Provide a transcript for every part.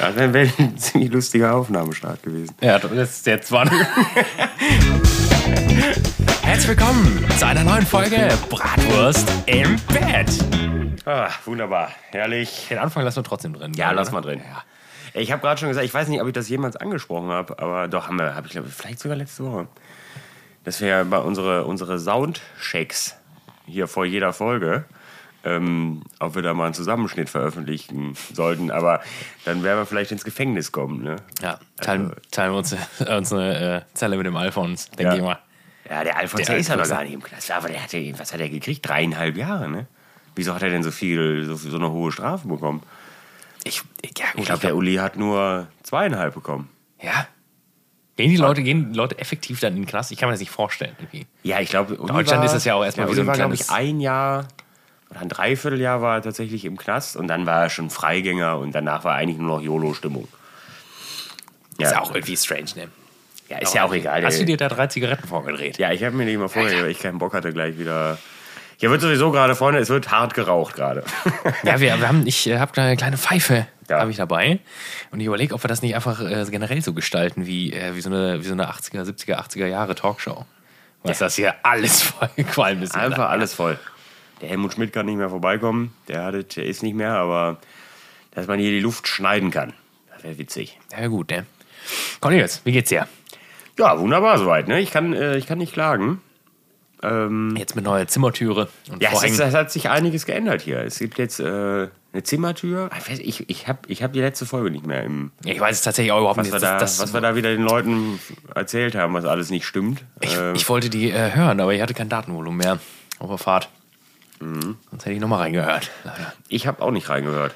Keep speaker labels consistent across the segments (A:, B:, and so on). A: Ja, dann wäre ein ziemlich lustiger Aufnahmestart gewesen.
B: Ja, das ist jetzt war. Herzlich willkommen zu einer neuen Folge Bratwurst im Bett.
A: Ah, wunderbar, herrlich.
B: Den Anfang lassen wir trotzdem drin.
A: Ja, lass
B: oder?
A: mal drin. Ich habe gerade schon gesagt, ich weiß nicht, ob ich das jemals angesprochen habe, aber doch haben wir, habe ich glaube, vielleicht sogar letzte Woche, dass wir bei unsere unsere Soundchecks hier vor jeder Folge, ähm, ob wir da mal einen Zusammenschnitt veröffentlichen sollten, aber dann werden wir vielleicht ins Gefängnis kommen, ne?
B: Ja, teilen, teilen wir uns, äh, uns eine äh, Zelle mit dem Alphons, denke
A: Ja.
B: ich mal.
A: Ja, der Alfons
B: Der
A: der ist ja noch
B: Alfons.
A: gar nicht im Knast. Aber der hat ja, was hat er gekriegt? Dreieinhalb Jahre, ne? Wieso hat er denn so viel, so, so eine hohe Strafe bekommen?
B: Ich, ja, gut,
A: Ich glaube, der Uli hat nur zweieinhalb bekommen.
B: ja. Gehen die Leute, gehen die Leute effektiv dann in den Knast? Ich kann mir das nicht vorstellen. Irgendwie.
A: Ja, ich glaube, Uli
B: Deutschland
A: war,
B: ist es ja auch erstmal
A: ja,
B: wieder
A: Uli
B: ein
A: war, glaube ich,
B: kleines-
A: ein Jahr oder ein Dreivierteljahr war er tatsächlich im Knast und dann war er schon Freigänger und danach war eigentlich nur noch YOLO-Stimmung. Ja,
B: Ist ja auch irgendwie strange, ne?
A: ja, ist ja auch egal.
B: Hast
A: der-
B: du dir da drei Zigaretten vorgedreht?
A: Ja, ich habe mir nicht mal vorher, weil ich keinen Bock hatte, gleich wieder. Hier wird sowieso gerade, Freunde, es wird hart geraucht gerade.
B: Ja, wir, wir haben, ich äh, habe eine kleine Pfeife
A: Ja.
B: habe ich dabei und ich überlege, ob wir das nicht einfach äh, generell so gestalten wie, äh, wie, so eine, wie so eine 80er, 70er, 80er Jahre Talkshow. Was das hier alles voll Qualm ist.
A: Einfach alles voll. Der Helmut Schmidt kann nicht mehr vorbeikommen. Der, hat, es- der ist nicht mehr, aber dass man hier die Luft schneiden kann, das wäre witzig.
B: Ja, gut, ne? Cornelius, wie geht's dir?
A: Ja, wunderbar soweit. Ne? Ich, kann, äh, ich kann nicht klagen. Ähm,
B: Jetzt mit neuer Zimmertüre und
A: ja, es,
B: Vorhängen.
A: ist, es hat sich einiges geändert hier. Es gibt jetzt äh, eine Zimmertür. Ah, Ich weiß- Ich, ich habe ich hab die letzte Folge nicht mehr im.
B: ich weiß es tatsächlich auch überhaupt
A: Was,
B: nicht.
A: wir,
B: Das-
A: da,
B: das-
A: was wir da wieder den Leuten erzählt haben, was alles nicht stimmt.
B: ich,
A: Ähm,
B: ich wollte die äh, hören, aber ich hatte kein Datenvolumen mehr auf der Fahrt. Sonst hätte ich nochmal reingehört. Leider.
A: ich habe auch nicht reingehört.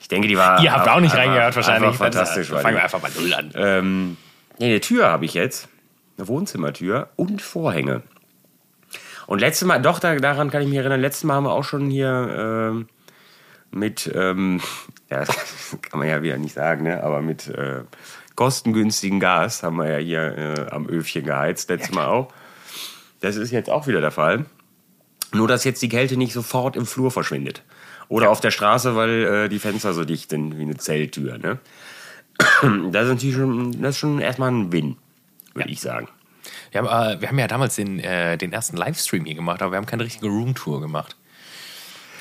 A: Ich denke, die war.
B: Ihr habt auch nicht reingehört wahrscheinlich. Also,
A: Einfach fantastisch. war die.
B: Fangen wir einfach bei Null an.
A: Ähm, nee, eine Tür habe ich jetzt. Eine Wohnzimmertür und Vorhänge. Und letztes Mal, doch, da, daran kann ich mich erinnern, letztes Mal haben wir auch schon hier ähm, mit, ähm, ja, das kann man ja wieder nicht sagen, ne? aber mit äh, kostengünstigen Gas haben wir ja hier äh, am Öfchen geheizt, letztes Mal auch. Das ist jetzt auch wieder der Fall. Nur, dass jetzt die Kälte nicht sofort im Flur verschwindet. Oder auf der Straße, weil äh, die Fenster so dicht sind wie eine Zelltür. Ne? Das ist natürlich schon, das ist schon erstmal ein Win, würde ich sagen.
B: Wir haben, äh, wir haben ja damals den, äh, den ersten Livestream hier gemacht, aber wir haben keine richtige Roomtour gemacht.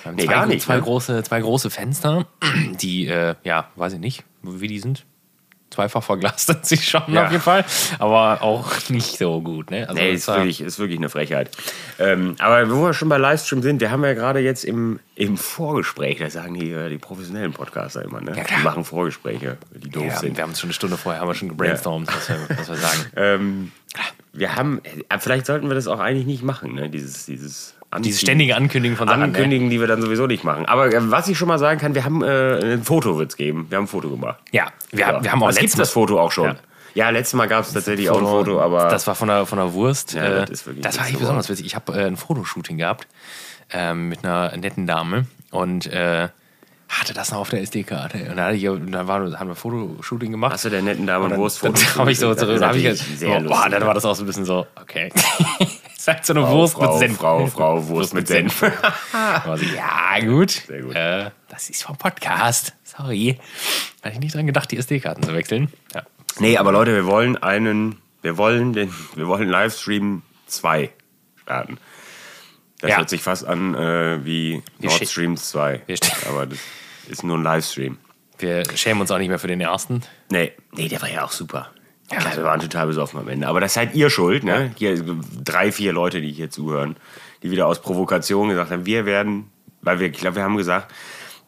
B: Wir haben
A: Nee,
B: zwei,
A: gar nicht,
B: Zwei,
A: ne?
B: große, zwei große Fenster, die, äh, ja, weiß ich nicht, wie die sind. Zweifach verglast sind sie schon
A: Ja.
B: auf jeden Fall, aber auch nicht so gut. Ne? Also
A: Nee,
B: das
A: ist
B: war-
A: wirklich, ist wirklich eine Frechheit. Ähm, aber wo wir schon bei Livestream sind, wir haben ja gerade jetzt im, im Vorgespräch, das sagen die, äh, die professionellen Podcaster immer, ne?
B: Ja, klar.
A: die machen Vorgespräche, die doof
B: ja,
A: sind.
B: wir haben es schon eine Stunde vorher haben wir schon gebrainstormt, was, wir, was wir sagen.
A: Ähm, wir haben, äh, vielleicht sollten wir das auch eigentlich nicht machen, ne? dieses, dieses
B: Dieses ständige Ankündigen von Sachen. ne?
A: Ankündigen, die wir dann sowieso nicht machen. Aber äh, was ich schon mal sagen kann, wir haben äh, ein Foto wird es geben. Wir haben ein Foto gemacht.
B: Ja, wir, haben- wir haben auch
A: Es
B: letztes
A: gibt
B: Mal-
A: das Foto auch schon.
B: Ja.
A: Ja, letztes Mal gab es tatsächlich auch ein Foto, aber
B: das war von der, von der Wurst.
A: Ja,
B: äh,
A: das ist wirklich
B: das war
A: nicht so
B: echt besonders witzig. Ich habe äh, ein Fotoshooting gehabt ähm, mit einer netten Dame und äh, hatte das noch auf der SD-Karte. Und da, hatte ich, und dann war, haben wir Fotoshooting gemacht.
A: hast du der netten Dame
B: und
A: ein
B: dann,
A: Wurstfoto?
B: dann habe ich so
A: Das
B: zurück.
A: ist
B: Dann, hab ich,
A: natürlich
B: so,
A: sehr
B: boah,
A: lustig.
B: dann war das auch so ein bisschen so, okay. ist halt so eine Wurst
A: Frau,
B: mit Senf.
A: Frau, Frau, Wurst mit Senf.
B: Aber so, ja, gut.
A: Sehr gut.
B: Äh, das ist vom Podcast. Sorry. Hatte ich nicht dran gedacht, die SD-Karten zu wechseln. Ja.
A: nee, aber Leute, wir wollen einen, wir wollen den, wir wollen Livestream 2 starten. Das
B: Ja.
A: hört sich fast an äh, wie Nord
B: schi-
A: Stream 2.
B: wir sch-
A: Aber das ist nur ein Livestream.
B: Wir schämen uns auch nicht mehr für den ersten.
A: Nee, nee, der war ja auch super.
B: Ja.
A: Klar, wir waren total besoffen am Ende. Aber das seid ihr schuld, ne? Hier drei, vier Leute, die hier zuhören, die wieder aus Provokation gesagt haben, wir werden, weil wir, ich glaube, wir haben gesagt,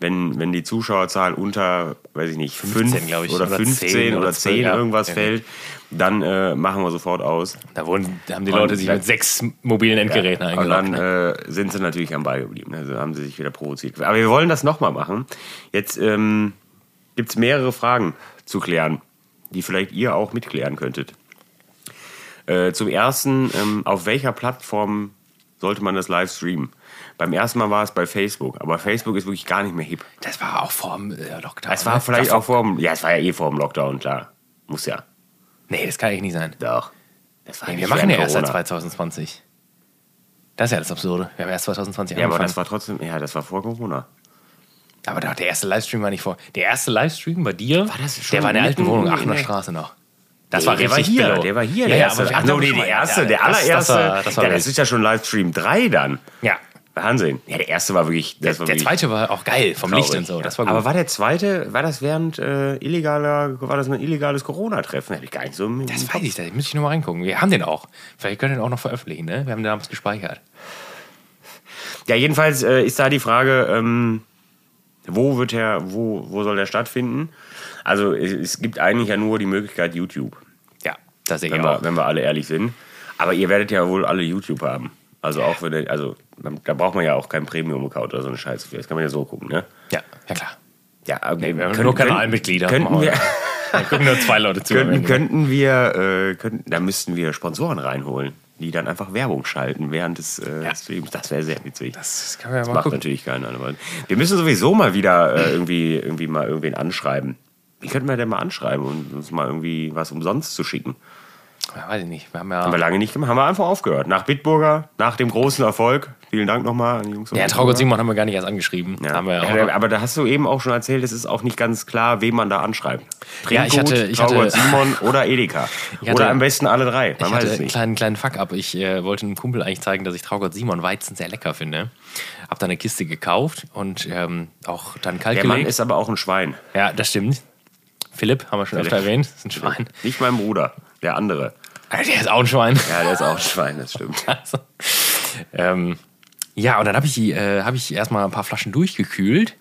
A: wenn, wenn die Zuschauerzahl unter, weiß ich nicht,
B: 15,
A: 15
B: glaub ich,
A: oder
B: oder
A: 15
B: 10 oder
A: oder 10
B: 12, ja.
A: irgendwas
B: Ja.
A: fällt, dann äh, machen wir sofort aus.
B: Da wurden, da haben die
A: Und
B: Leute sich
A: dann-
B: mit sechs mobilen Endgeräten
A: Und
B: eingeloggt. ne?
A: dann äh, sind sie natürlich am Ball geblieben. Also haben sie sich wieder provoziert. gefühlt. Aber wir wollen das nochmal machen. Jetzt ähm, gibt es mehrere Fragen zu klären, die vielleicht ihr auch mitklären könntet. Äh, zum ersten, ähm, auf welcher Plattform sollte man das live streamen? Beim ersten Mal war es bei Facebook, aber Facebook ist wirklich gar nicht mehr hip.
B: das war auch vor dem äh, Lockdown.
A: Es war
B: ne?
A: vielleicht
B: das
A: auch vor dem, ja, es war ja eh vor dem Lockdown, klar. Muss ja.
B: Nee, das kann eigentlich nicht sein.
A: Doch. Das war
B: Nee, wir
A: nicht
B: machen
A: während
B: ja erst seit
A: Corona.
B: 2020. Das ist ja das Absurde. Wir haben erst 2020
A: Ja, aber
B: angefangen.
A: das war trotzdem, ja, das war vor Corona.
B: Aber doch, der erste Livestream war nicht vor. Der erste Livestream bei dir,
A: War das schon
B: der war in der alten
A: mitten
B: Wohnung,
A: in
B: Aachener
A: der-
B: Straße noch. Das
A: Nee,
B: war
A: der
B: richtig
A: war hier,
B: Billo.
A: genau. der war hier.
B: Ja,
A: der
B: ja,
A: erste.
B: aber wir
A: Ach,
B: hatten
A: no,
B: doch
A: nee,
B: schon
A: der
B: mal-
A: erste,
B: ja,
A: der
B: das-
A: allererste.
B: Das war, das war
A: ja, das
B: wild.
A: ist ja schon Livestream 3 dann.
B: ja.
A: Wahnsinn. Ja, der erste war wirklich. Das war
B: Der
A: wirklich
B: zweite war auch geil, vom Licht
A: traurig.
B: und so. Das war gut.
A: Aber war der zweite, war das während äh, illegaler, war das ein illegales Corona-Treffen? Hab ich gar nicht so. im-
B: das weiß ich, da müsste ich nochmal reingucken. Wir haben den auch. Vielleicht können wir den auch noch veröffentlichen, ne? Wir haben den damals gespeichert.
A: Ja, jedenfalls äh, ist da die Frage, ähm, wo wird er, wo, wo soll der stattfinden? Also es, es gibt eigentlich ja nur die Möglichkeit YouTube,
B: Ja, da sehe
A: wenn,
B: ich
A: wir,
B: auch.
A: wenn wir alle ehrlich sind. Aber ihr werdet ja wohl alle YouTube haben. Also auch wenn, ihr- also da braucht man ja auch keinen Premium-Account oder so eine Scheiße für. Das kann man ja so gucken, ne?
B: Ja, ja klar.
A: Ja, okay.
B: Wir haben nur Kanalmitglieder.
A: Könnten wir,
B: Da gucken nur zwei Leute zu.
A: könnten, könnten wir, äh, könnten, da müssten wir Sponsoren reinholen, die dann einfach Werbung schalten während des äh,
B: Ja.
A: Streams. Das wäre sehr witzig.
B: Das können wir ja
A: Das
B: mal
A: macht
B: gucken.
A: natürlich keiner. Aber wir müssen sowieso mal wieder äh, irgendwie, irgendwie mal irgendwen anschreiben. Wie könnten wir denn mal anschreiben und uns mal irgendwie was umsonst zu schicken?
B: Ja, weiß ich nicht. Wir haben ja.
A: Haben wir lange nicht gemacht. Haben wir einfach aufgehört. Nach Bitburger, nach dem großen Erfolg. Vielen Dank nochmal an die Jungs. und
B: Ja,
A: Mädels.
B: Traugott Simon haben wir gar nicht erst angeschrieben.
A: Ja.
B: Haben wir ja auch
A: Ja, aber da hast du eben auch schon erzählt, es ist auch nicht ganz klar, wen man da anschreibt.
B: Ja, ich hatte- ich hatte-
A: Traugott, Simon oder Edeka.
B: hatte-
A: oder am besten alle drei. Man
B: Ich
A: weiß
B: hatte
A: es
B: einen
A: nicht.
B: kleinen, kleinen Fuck-up. Ich äh, wollte einem Kumpel eigentlich zeigen, dass ich Traugott Simon Weizen sehr lecker finde. Hab da eine Kiste gekauft und ähm, auch dann kalt
A: Der Mann
B: gelegt.
A: ist aber auch ein Schwein.
B: Ja, das stimmt. Philipp, haben wir schon öfter erwähnt, ist ein Schwein.
A: Nicht mein Bruder, der andere.
B: Ah, Der ist auch ein Schwein.
A: Ja, der ist auch ein Schwein, das stimmt.
B: Also, ähm, ja, und dann habe ich, die, äh, hab ich erstmal ein paar Flaschen durchgekühlt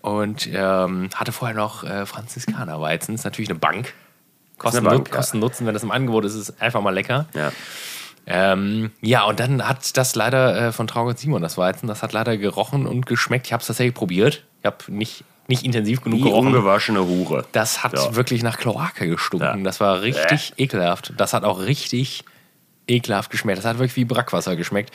B: und ähm, hatte vorher noch äh, Franziskanerweizen. Ist natürlich eine Bank. Kosten,
A: eine Bank, ja.
B: Kosten Nutzen, wenn das im Angebot ist, ist einfach mal lecker.
A: Ja.
B: Ähm, ja, und dann hat das leider äh, von Traugott Simon, das Weizen, das hat leider gerochen und geschmeckt. Ich habe es tatsächlich probiert. Ich habe nicht, nicht intensiv genug
A: Die
B: gerochen.
A: ungewaschene Hure.
B: Das hat
A: Ja.
B: wirklich nach Kloake gestunken.
A: Ja. Äh.
B: Das war richtig ekelhaft. Das hat auch richtig ekelhaft geschmeckt. Das hat wirklich wie Brackwasser geschmeckt.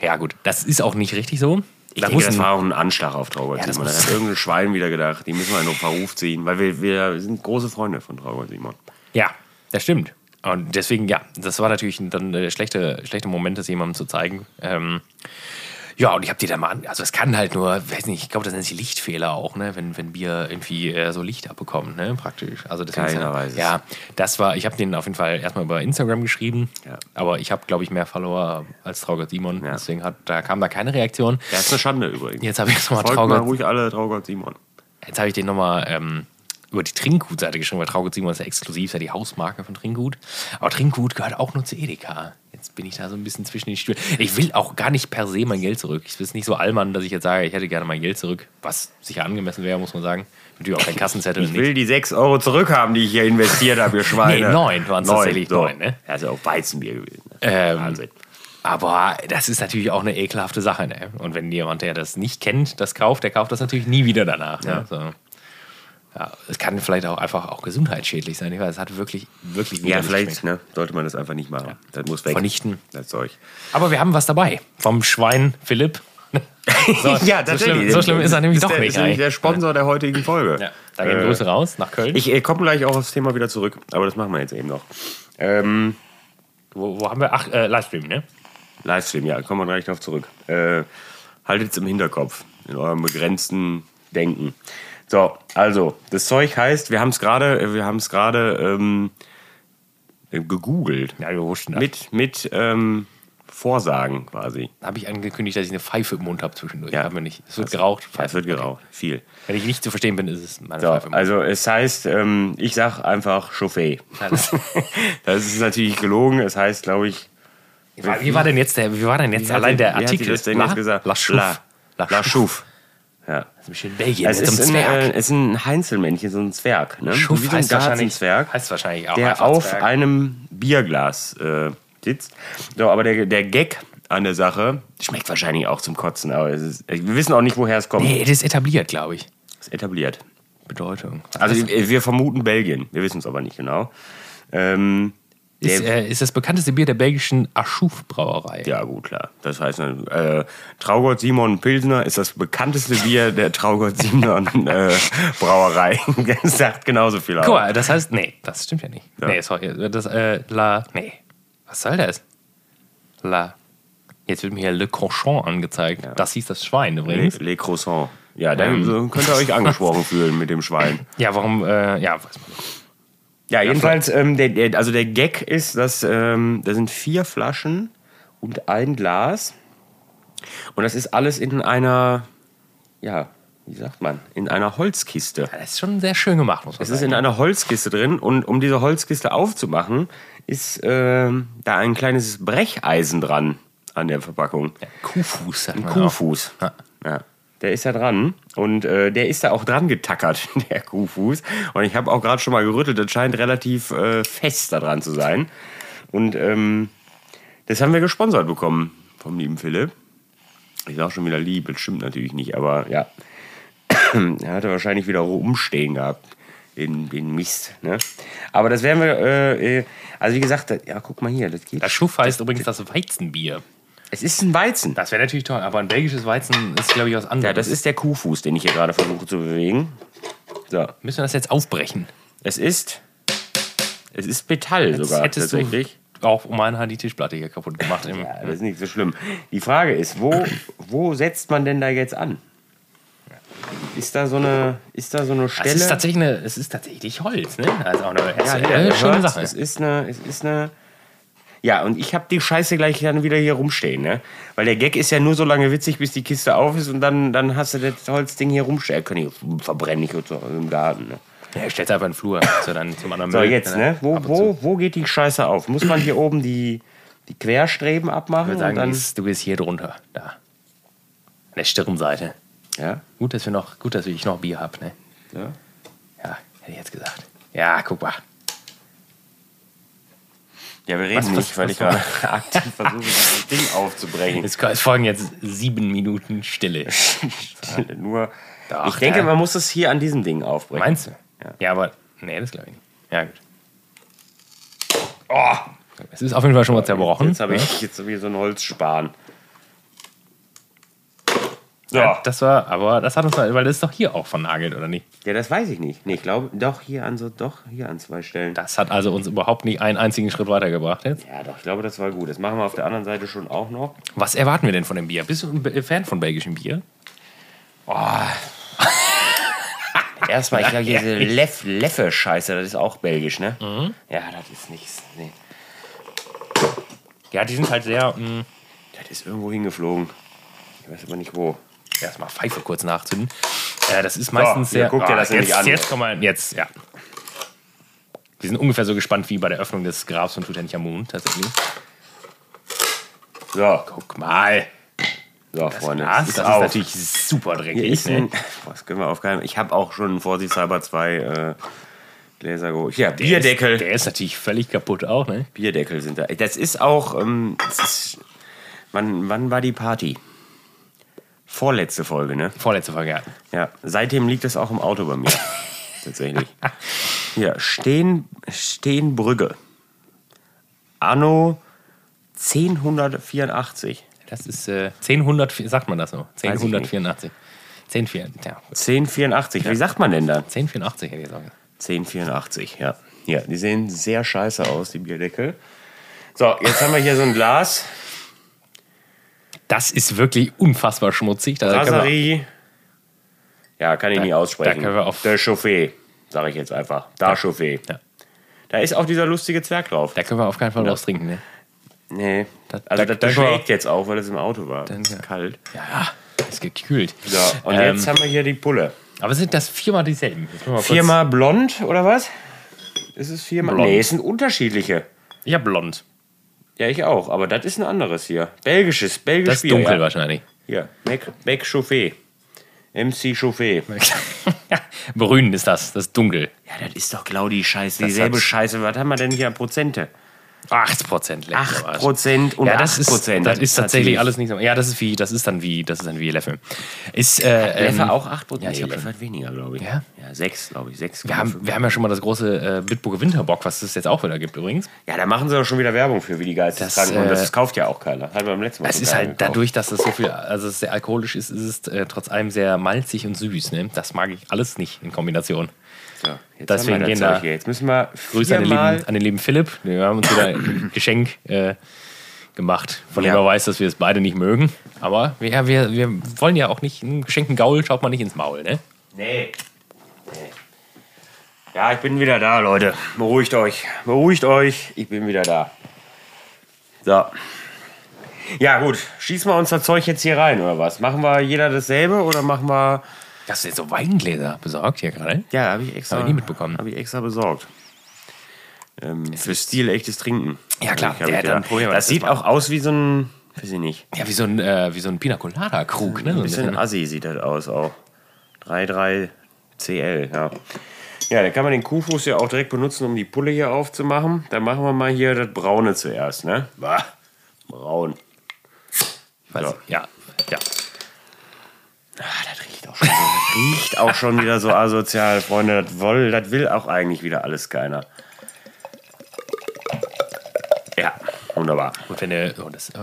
B: Ja, gut, das ist auch nicht richtig so.
A: Ich
B: Da
A: denke, das
B: muss-
A: war auch ein Anschlag auf Traugott
B: Ja, das
A: Simon. Da
B: muss-
A: hat irgendein Schwein wieder gedacht, die müssen wir in den Verruf ziehen, weil wir, wir sind große Freunde von Traugott Simon.
B: ja, das stimmt. Und deswegen, ja, das war natürlich dann der schlechte, schlechte Moment, das jemandem zu zeigen. Ähm, ja, und ich habe die dann mal an. Also, es kann halt nur, weiß nicht, ich glaube, das nennt sich Lichtfehler auch, ne? Wenn, wenn Bier irgendwie äh, so Licht abbekommt, ne? Praktisch. Also, deswegen ist
A: Keiner
B: ja,
A: weiß es.
B: Ja, das war, ich habe den auf jeden Fall erstmal über Instagram geschrieben.
A: Ja.
B: Aber ich habe, glaube ich, mehr Follower als Traugott Simon.
A: Ja.
B: Deswegen hat, da kam da keine Reaktion.
A: Das ist eine Schande übrigens.
B: Jetzt habe ich nochmal
A: Folgt mal
B: Traugott.
A: ruhig alle Traugott Simon.
B: Jetzt habe ich den nochmal ähm, über die Trinkgut-Seite geschrieben, weil Traugott Simon ist ja exklusiv, ist ja die Hausmarke von Trinkgut. Aber Trinkgut gehört auch nur zu Edeka. Jetzt bin ich da so ein bisschen zwischen den Stühlen. Ich will auch gar nicht per se mein Geld zurück. Ich bin nicht so allmann, dass ich jetzt sage, ich hätte gerne mein Geld zurück, was sicher angemessen wäre, muss man sagen. Natürlich auch kein Kassenzettel. und
A: Ich
B: nichts.
A: will die 6 Euro zurückhaben, die ich hier investiert habe, ihr Schweine.
B: Nee, neun waren's
A: Neun,
B: tatsächlich,
A: so.
B: neun, ne?
A: Ja, ist ja auch Weizenbier gewesen. ne?
B: Ähm,
A: Wahnsinn.
B: Aber das ist natürlich auch eine ekelhafte Sache. Ne? Und wenn jemand, der das nicht kennt, das kauft, der kauft das natürlich nie wieder danach. Ne? So. Ja, es kann vielleicht auch einfach auch gesundheitsschädlich sein. Ich weiß, es hat wirklich, wirklich
A: Ja,
B: widerlich
A: vielleicht
B: geschmeckt.
A: ne, sollte man das einfach nicht machen. Das muss weg.
B: Vernichten.
A: Das Zeug.
B: Aber wir haben was dabei. Vom Schwein Philipp. So, so, schlimm, so schlimm ist er nämlich doch
A: der,
B: nicht.
A: Ist nämlich
B: ey.
A: der Sponsor der heutigen Folge.
B: Ja, da gehen
A: Äh,
B: Grüße raus nach Köln.
A: Ich äh, komme gleich auch aufs Thema wieder zurück, aber das machen wir jetzt eben noch. Ähm,
B: wo, wo haben wir? Ach, äh, Livestream, ne?
A: Livestream, ja, kommen wir gleich drauf zurück. Äh, haltet es im Hinterkopf, in eurem begrenzten Denken. So, also, das Zeug heißt, wir haben es gerade, äh, wir haben es gerade ähm, äh, gegoogelt.
B: Ja, wir wussten das.
A: Mit, mit ähm, Vorsagen quasi.
B: Habe ich angekündigt, dass ich eine Pfeife im Mund habe zwischendurch.
A: Ja. Also-
B: Haben wir nicht. Es wird geraucht.
A: Ja, es wird geraucht, viel.
B: Wenn ich nicht zu verstehen bin, ist es meine
A: So,
B: Pfeife im Mund.
A: also es heißt, ähm, ich sag einfach Chauffé. Das ist natürlich gelogen, es heißt, glaube ich,
B: Wie war denn jetzt der, wie war denn jetzt
A: Wie hat
B: allein
A: sie-
B: der
A: wie hat sie
B: Artikel?
A: das denn
B: La-
A: jetzt gesagt?
B: La Chouf.
A: La-
B: La
A: La
B: Chouf.
A: Chouf. Ja.
B: Das ist bestimmt Belgien
A: Es
B: mit so
A: ist,
B: einem
A: ein, äh,
B: Zwerg.
A: es ist ein Heinzelmännchen, so ein Zwerg. Ne?
B: Chouf
A: Wie so ein Garzenzwerg,
B: heißt wahrscheinlich auch
A: der
B: einfach
A: auf
B: Zwerg.
A: einem Bierglas äh, sitzt. So, aber der, der Gag an der Sache schmeckt wahrscheinlich auch zum Kotzen, aber es ist, äh, wir wissen auch nicht, woher es kommt.
B: Nee, das ist etabliert, glaube ich.
A: Es ist etabliert.
B: Bedeutung.
A: Also äh, wir vermuten Belgien, wir wissen es aber nicht genau. Ähm,
B: ist, äh, ist das bekannteste Bier der belgischen Aschuf-Brauerei.
A: Ja, gut, klar. Das heißt, äh, Traugott Simon Pilsner ist das bekannteste Bier der Traugott Simon äh, Brauerei. Das sagt genauso viel aus.
B: Guck mal, das heißt, nee, das stimmt ja nicht.
A: Ja.
B: Nee, sorry, das, äh, la, nee. Was soll das? La. Jetzt wird mir hier Le Cochon angezeigt. Das hieß das Schwein
A: Le,
B: übrigens.
A: Le Croissant. Ja, dann so könnt ihr euch angesprochen fühlen mit dem Schwein.
B: Ja, warum? Äh, ja, weiß man nicht.
A: Ja, jedenfalls, ähm, der, der, also der Gag ist, dass ähm, da sind vier Flaschen und ein Glas. Und das ist alles in einer, ja, wie sagt man, in einer Holzkiste.
B: Ja, Das ist schon sehr schön gemacht, muss man
A: Es ist
B: sagen.
A: in einer Holzkiste drin und um diese Holzkiste aufzumachen, ist ähm, da ein kleines Brecheisen dran an der Verpackung.
B: Kuhfuß, sagt man auch.
A: Kuhfuß.
B: Ja.
A: Ja. Der ist da dran und äh, der ist da auch dran getackert, der Kuhfuß. Und ich habe auch gerade schon mal gerüttelt, das scheint relativ äh, fest da dran zu sein. Und ähm, das haben wir gesponsert bekommen vom lieben Philipp. Ich sage schon wieder lieb, das stimmt natürlich nicht, aber ja. er hatte wahrscheinlich wieder rumstehen gehabt, den, den Mist. Ne? Aber das werden wir, äh, äh, also wie gesagt, das, ja, guck mal hier, das geht.
B: Das Schuff heißt übrigens das Weizenbier.
A: es ist ein Weizen.
B: Das wäre natürlich toll, aber ein belgisches Weizen ist, glaube ich, was anderes.
A: Ja, das ist der Kuhfuß, den ich hier gerade versuche zu bewegen. So,
B: Müssen wir das jetzt aufbrechen?
A: es ist. Es ist Metall sogar
B: hättest du-
A: tatsächlich.
B: Auch um einen hat die Tischplatte hier kaputt gemacht. Im,
A: Ja, das ist nicht so schlimm. Die Frage ist, wo, wo setzt man denn da jetzt an? Ist da so eine, ist da so eine Stelle?
B: es, ist tatsächlich eine, es ist tatsächlich Holz, ne? Also auch eine
A: ja,
B: ja,
A: hier, ihr
B: schöne
A: hört's,
B: Sache.
A: Es ist eine, es ist eine. Ja, und ich habe die Scheiße gleich dann wieder hier rumstehen, ne? Weil der Gag ist ja nur so lange witzig, bis die Kiste auf ist und dann, dann hast du das Holzding hier rumstehen. Äh, Kann ich verbrennen, ich so im Garten, ne?
B: Ja, stellt einfach in den Flur. So, dann zum anderen
A: So,
B: Müll,
A: jetzt,
B: ne?
A: ne? Wo,
B: Ab und zu.
A: wo, wo geht die Scheiße auf? Muss man hier oben die, die Querstreben
B: Ich
A: abmachen?
B: würde sagen,
A: und
B: du gehst- du gehst hier drunter. Da. An der Stirnseite.
A: ja?
B: Gut, dass, wir noch, gut, dass ich noch Bier habe, ne?
A: ja?
B: Ja, hätte ich jetzt gesagt. Ja, guck mal.
A: Ja, wir reden
B: Was- was-
A: nicht, weil
B: was-
A: ich gerade aktiv versuche, das Ding aufzubrechen.
B: Es, es folgen jetzt sieben Minuten Stille.
A: Nur,
B: Doch,
A: ich denke,
B: der-
A: man muss es hier an diesem Ding aufbrechen.
B: Meinst du?
A: Ja.
B: Ja, aber. Nee, das glaube ich nicht. Ja, gut. Oh! Es ist auf jeden Fall schon mal zerbrochen.
A: Jetzt habe ich jetzt wieder so einen Holzspan. So.
B: Ja,
A: Ja,
B: das war, aber das hat uns, weil das ist doch hier auch vernagelt, oder nicht?
A: das weiß ich nicht. Nee, ich glaube, doch hier an so, doch hier an zwei Stellen.
B: Das hat also uns überhaupt nicht einen einzigen Schritt weitergebracht jetzt.
A: Ja, doch, ich glaube, das war gut. Das machen wir auf der anderen Seite schon auch noch.
B: Was erwarten wir denn von dem Bier? Bist du ein Be- Fan von belgischem Bier?
A: Erstmal, ich glaube, diese Leff, Leffe-Scheiße, das ist auch belgisch, ne?
B: Mhm.
A: Ja, das ist nichts. Nee.
B: Ja, die sind halt sehr. Mh,
A: Das ist irgendwo hingeflogen. Ich weiß aber nicht wo.
B: erstmal Pfeife kurz nachzünden. Äh, das ist meistens
A: hier,
B: sehr. Ah,
A: guck dir das
B: jetzt,
A: nämlich an.
B: Jetzt komm mal, jetzt, ja. Wir sind ungefähr so gespannt wie bei der Öffnung des Grabs von Tutanchamun, tatsächlich.
A: So,
B: Guck mal.
A: so Freunde.
B: Das,
A: ist
B: das ist
A: auf.
B: natürlich super
A: Hier
B: dreckig.
A: ist ein,
B: Ne?
A: Boah, das können wir auf keinen Ich habe auch schon vorsichtshalber zwei äh, Gläser geholt. Ja, Bierdeckel.
B: Der ist natürlich völlig kaputt auch, ne?
A: Bierdeckel sind da. Das ist auch. Ähm, das ist, wann, wann war die Party? Vorletzte Folge, ne?
B: Vorletzte Folge, ja.
A: Ja, seitdem liegt das auch im Auto bei mir. Tatsächlich. Hier, Stehen, Stehenbrügge. Anno 1084.
B: Das ist äh, 1000, sagt man das so?
A: Weiß ich nicht.
B: 1084. 1084, ja.
A: 1084, wie sagt man denn da?
B: 1084 hätte ich gesagt.
A: 1084, ja. Ja, die sehen sehr scheiße aus, die Bierdeckel. So, jetzt haben wir hier so ein Glas.
B: Das ist wirklich unfassbar schmutzig. Da können wir,
A: Rasari. Ja, kann ich nicht aussprechen.
B: da können wir auf-
A: Der Chauffé, sage ich jetzt einfach. Da Chauffé.
B: Ja.
A: Da ist auch dieser lustige Zwerg drauf.
B: da können wir auf keinen Fall draus trinken. Ne?
A: Nee.
B: Da-
A: also
B: da-
A: das,
B: da-
A: das schlägt jetzt auch, weil es im Auto war.
B: Dann,
A: es ist
B: ja.
A: kalt.
B: Ja, ist gekühlt.
A: So, und
B: Ähm,
A: jetzt haben wir hier die Pulle.
B: aber sind das viermal dieselben? Jetzt machen wir kurz-
A: Viermal blond oder was? Ist es viermal?
B: Blond.
A: Nee, es sind unterschiedliche.
B: Ja, blond.
A: Ja, ich auch, aber das ist ein anderes hier. Belgisches, belgisches
B: Das ist
A: Bier.
B: dunkel
A: ja.
B: wahrscheinlich.
A: Hier, Mac, Mac Chauffé. MC Chauffé.
B: Brün ist das, das ist dunkel.
A: Ja, das ist doch genau die Scheiße,
B: dieselbe
A: dieselbe Scheiße. Was haben wir denn hier an Prozente?
B: 8% lecker.
A: 8% und
B: Also, Ja, das ist,
A: 8%.
B: das ist tatsächlich
A: natürlich-
B: alles nicht so. Ja, das ist wie, das ist dann wie, das ist dann wie Leffe. Ist, äh, ähm,
A: Leffe auch 8%?
B: Ja, ich
A: nee,
B: hab
A: Leffe hat weniger, glaube ich.
B: Ja?
A: Ja, 6, glaube ich. 6,
B: wir, haben, wir haben ja schon mal das große äh, Bitburger Winterbock, was es jetzt auch wieder gibt übrigens.
A: Ja, da machen sie doch schon wieder Werbung für, wie die Geisteskranken. und
B: äh,
A: das kauft ja auch keiner. Hat beim letzten Mal
B: Es
A: schon
B: ist
A: keiner
B: halt
A: gekauft.
B: dadurch, dass es so viel, also es sehr alkoholisch ist, ist es äh, trotz allem sehr malzig und süß. Ne? Das mag ich alles nicht in Kombination.
A: So, jetzt haben wir
B: deswegen
A: das
B: gehen
A: Zeug
B: da-
A: hier. Jetzt müssen wir
B: Grüße an den, ne,
A: viermal-
B: lieben, an den lieben Philipp. Wir haben uns wieder ein Geschenk äh, gemacht, von
A: Ja.
B: dem er weiß, dass wir es beide nicht mögen. Aber wir, wir, wir wollen ja auch nicht, einem geschenkten Gaul schaut man nicht ins Maul, ne?
A: Nee. Nee. Ja, ich bin wieder da, Leute. Beruhigt euch. Beruhigt euch. Ich bin wieder da. So. Ja, gut. Schießen wir uns das Zeug jetzt hier rein, oder was? Machen wir jeder dasselbe oder machen wir.
B: Hast du jetzt so Weingläser besorgt hier gerade?
A: Ja, habe ich extra.
B: Hab ich nie mitbekommen.
A: Habe ich extra besorgt. Ähm, für stilechtes Trinken.
B: Ja, klar.
A: Hab Ich, hab
B: Ja,
A: ich
B: dann
A: gedacht.
B: probieren wir
A: das
B: das
A: sieht
B: mal.
A: auch aus wie so ein. Weiß ich nicht.
B: Ja, wie so ein, äh, wie so ein Pina Colada Krug, ne? So
A: Ein bisschen assi sieht das aus auch. 33CL, ja. Ja, da kann man den Kuhfuß ja auch direkt benutzen, um die Pulle hier aufzumachen. Dann machen wir mal hier das Braune zuerst, ne? Bah, braun.
B: Weiß ich. Ja, ja.
A: Ah, das riecht auch schon, so, das riecht auch schon wieder so asozial, Freunde. Das will, das will auch eigentlich wieder alles keiner. Ja, wunderbar.
B: Gut, wenn der. Oh, das, äh,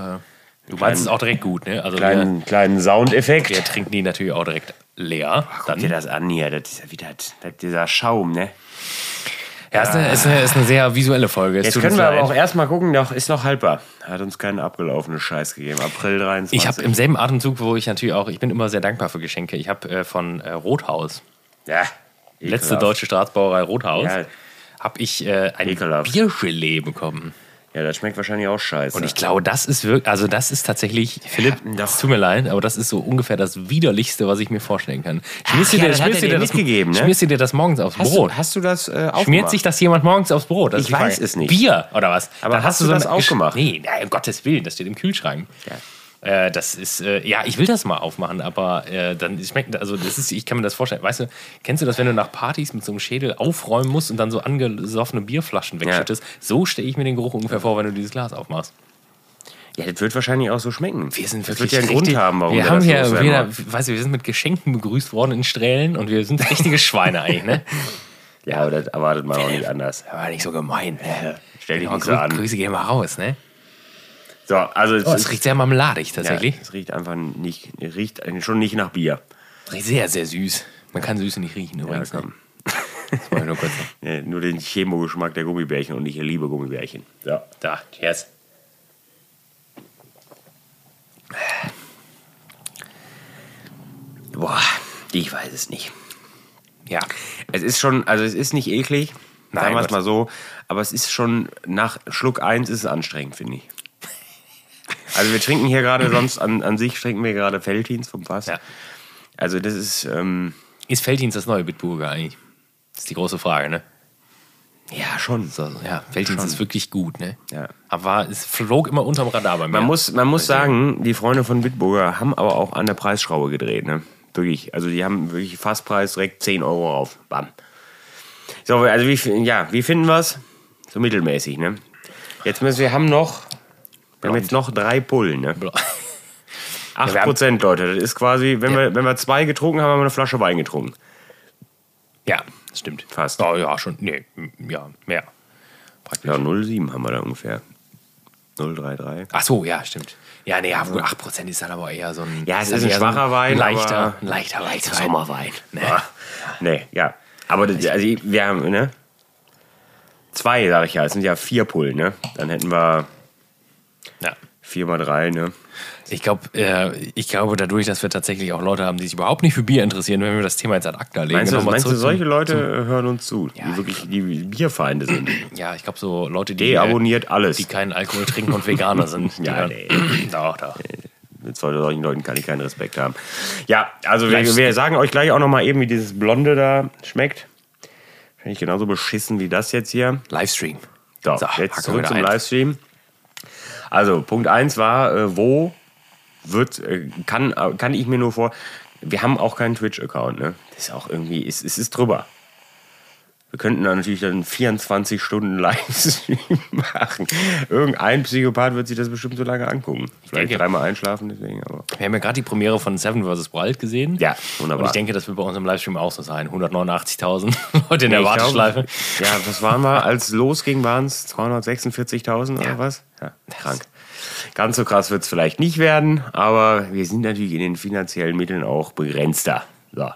B: du meinst es auch direkt gut, ne? Also wir,
A: Kleinen, kleinen
B: wir
A: Soundeffekt.
B: trinken die natürlich auch direkt leer.
A: Guck
B: Dann.
A: dir das an hier, das ist ja wieder das, das, dieser Schaum, ne?
B: Ja, ist eine, ist eine, ist eine sehr visuelle Folge. Es
A: Jetzt
B: tut
A: können
B: uns
A: wir aber
B: leid.
A: auch erstmal gucken, noch, ist noch haltbar. Hat uns keinen abgelaufenen Scheiß gegeben. April 23.
B: Ich habe im selben Atemzug, wo ich natürlich auch, ich bin immer sehr dankbar für Geschenke. Ich habe äh, von äh, Rothaus,
A: ja,
B: letzte
A: ekelhaft.
B: deutsche Staatsbrauerei Rothaus,
A: Ja.
B: habe ich äh, ein
A: Ekelhaft.
B: Biergelee bekommen.
A: Ja, das schmeckt wahrscheinlich auch scheiße.
B: Und ich glaube, das ist wirklich, also das ist tatsächlich, Philipp, das tut mir leid, aber das ist so ungefähr das widerlichste, was ich mir vorstellen kann. Schmierst du
A: ja,
B: dir-
A: das hat
B: schmierst
A: er
B: du
A: dir
B: dir das-
A: mitgegeben, ne?
B: Schmierst du dir das morgens aufs
A: hast,
B: Brot?
A: du, hast du das äh,
B: Schmiert
A: aufgemacht?
B: sich das jemand morgens aufs Brot? Das
A: Ich
B: ist die
A: weiß
B: Frage.
A: es nicht.
B: Bier oder was?
A: Aber
B: Dann
A: hast du
B: so
A: das
B: eine-
A: auch gemacht?
B: Nee, na, um Gottes Willen, das steht im Kühlschrank. Äh, das ist, äh, ja, ich will das mal aufmachen, aber äh, dann schmeckt, also das ist, ich kann mir das vorstellen. Weißt du, kennst du das, wenn du nach Partys mit so einem Schädel aufräumen musst und dann so angesoffene Bierflaschen wegschüttest? So stelle ich mir den Geruch ungefähr vor, wenn du dieses Glas aufmachst.
A: Ja, das wird wahrscheinlich auch so schmecken.
B: Wir sind
A: das
B: wirklich
A: wird ja einen
B: richtig-
A: Grund haben, warum
B: wir
A: wir
B: haben
A: das
B: hier
A: loswerden
B: wieder,
A: wollen.
B: weißt du, wir sind mit Geschenken begrüßt worden in Strählen und wir sind richtige Schweine eigentlich, ne?
A: Ja, aber das erwartet man auch nicht anders.
B: Aber nicht so gemein. Ne?
A: Stell dich
B: Ja,
A: nicht so
B: Grü-
A: an.
B: Grüße gehen mal raus, ne?
A: So, also es,
B: Oh,
A: ist-
B: es riecht sehr marmeladig
A: ja,
B: tatsächlich.
A: es riecht einfach nicht, riecht schon nicht nach Bier.
B: Riecht sehr, sehr süß. Man kann Süße nicht riechen übrigens.
A: komm.
B: ne? Das wollte ich nur kurz. sagen.
A: Äh, nur den Chemogeschmack der Gummibärchen und ich liebe Gummibärchen. Ja.
B: Da, cheers.
A: Boah, ich weiß es nicht.
B: Ja.
A: Es ist schon, also es ist nicht eklig,
B: Nein,
A: sagen wir es
B: Gott.
A: mal so, aber es ist schon nach Schluck 1 ist es anstrengend, finde ich. Also wir trinken hier gerade, sonst an, an sich trinken wir gerade Feltins vom Fass.
B: Ja.
A: Also das ist, ähm,
B: Ist Feldins das neue Bitburger eigentlich? Das ist die große Frage, ne?
A: ja schon.
B: So, ja, Feldins ist wirklich gut, ne?
A: Ja.
B: Aber war- es flog immer unterm Radar bei mir.
A: Man muss, man muss sagen, die Freunde von Bitburger haben aber auch an der Preisschraube gedreht, ne? Wirklich. Also die haben wirklich Fasspreis direkt 10 Euro auf. Bam. So, also wie, fi- ja, wie finden wir es? So mittelmäßig, ne? Jetzt müssen wir haben noch, wir haben jetzt noch drei Pullen, ne?
B: Bla-
A: 8
B: wir haben-
A: Prozent, Leute. Das ist quasi, wenn,
B: Ja.
A: wir, wenn wir zwei getrunken haben, haben wir eine Flasche Wein getrunken.
B: Ja, stimmt.
A: Fast.
B: Ja, ja, schon. Nee, m- ja, mehr. Praktisch.
A: Ja, 0,7 haben wir da ungefähr. 0,33.
B: Ach so, ja, stimmt. Ja, nee, ja, gut, 8% ist dann aber eher so ein.
A: Ja, es
B: dann
A: ist ein
B: eher so
A: schwacher Wein,
B: Ein leichter,
A: aber-
B: ein leichter Weißwein.
A: Sommerwein.
B: Ne?
A: Nee, ja. Aber das, also, wir haben, ne? Zwei, sag ich ja. Es sind ja vier Pullen, ne? Dann hätten wir
B: Ja.
A: vier mal drei, ne?
B: Ich, glaub, äh, ich glaube, dadurch, dass wir tatsächlich auch Leute haben, die sich überhaupt nicht für Bier interessieren, wenn wir das Thema jetzt ad acta legen.
A: Meinst du,
B: noch mal
A: meinst du
B: zurück
A: solche
B: zum-
A: Leute äh, hören uns zu?
B: Ja,
A: die wirklich die Bierfeinde sind.
B: Ja, ich glaube, so Leute, die,
A: Die abonniert alles.
B: die keinen Alkohol trinken und Veganer sind. die
A: Ja,
B: hören- Äh,
A: nee.
B: Doch, doch.
A: Mit zwei solchen Leuten kann ich keinen Respekt haben. Ja, also wir,
B: Gleich-
A: wir sagen euch gleich auch nochmal eben, wie dieses Blonde da schmeckt. Wahrscheinlich genauso beschissen wie das jetzt hier.
B: Livestream.
A: So,
B: hacken
A: jetzt
B: wir
A: zurück
B: da
A: zum
B: ein.
A: Livestream. Also, Punkt 1 war, äh, wo wird, äh, kann, äh, kann ich mir nur vor, wir haben auch keinen Twitch-Account, ne? Das ist auch irgendwie, es, es ist drüber. Wir könnten da natürlich dann 24 Stunden Livestream machen. Irgendein Psychopath wird sich das bestimmt so lange angucken. Vielleicht
B: denke-
A: dreimal einschlafen, deswegen, aber.
B: Wir haben ja gerade die Premiere von Seven vs. Wild gesehen.
A: Ja, wunderbar.
B: Und ich denke, das wird bei uns im Livestream auch so sein. 189.000 Leute in der
A: Nee, ich glaub-
B: Warteschleife.
A: Ja, was waren wir? Als losging, waren es 246.000 oder was? Ja, krank. Ganz so krass wird es vielleicht nicht werden, aber wir sind natürlich in den finanziellen Mitteln auch begrenzter. So.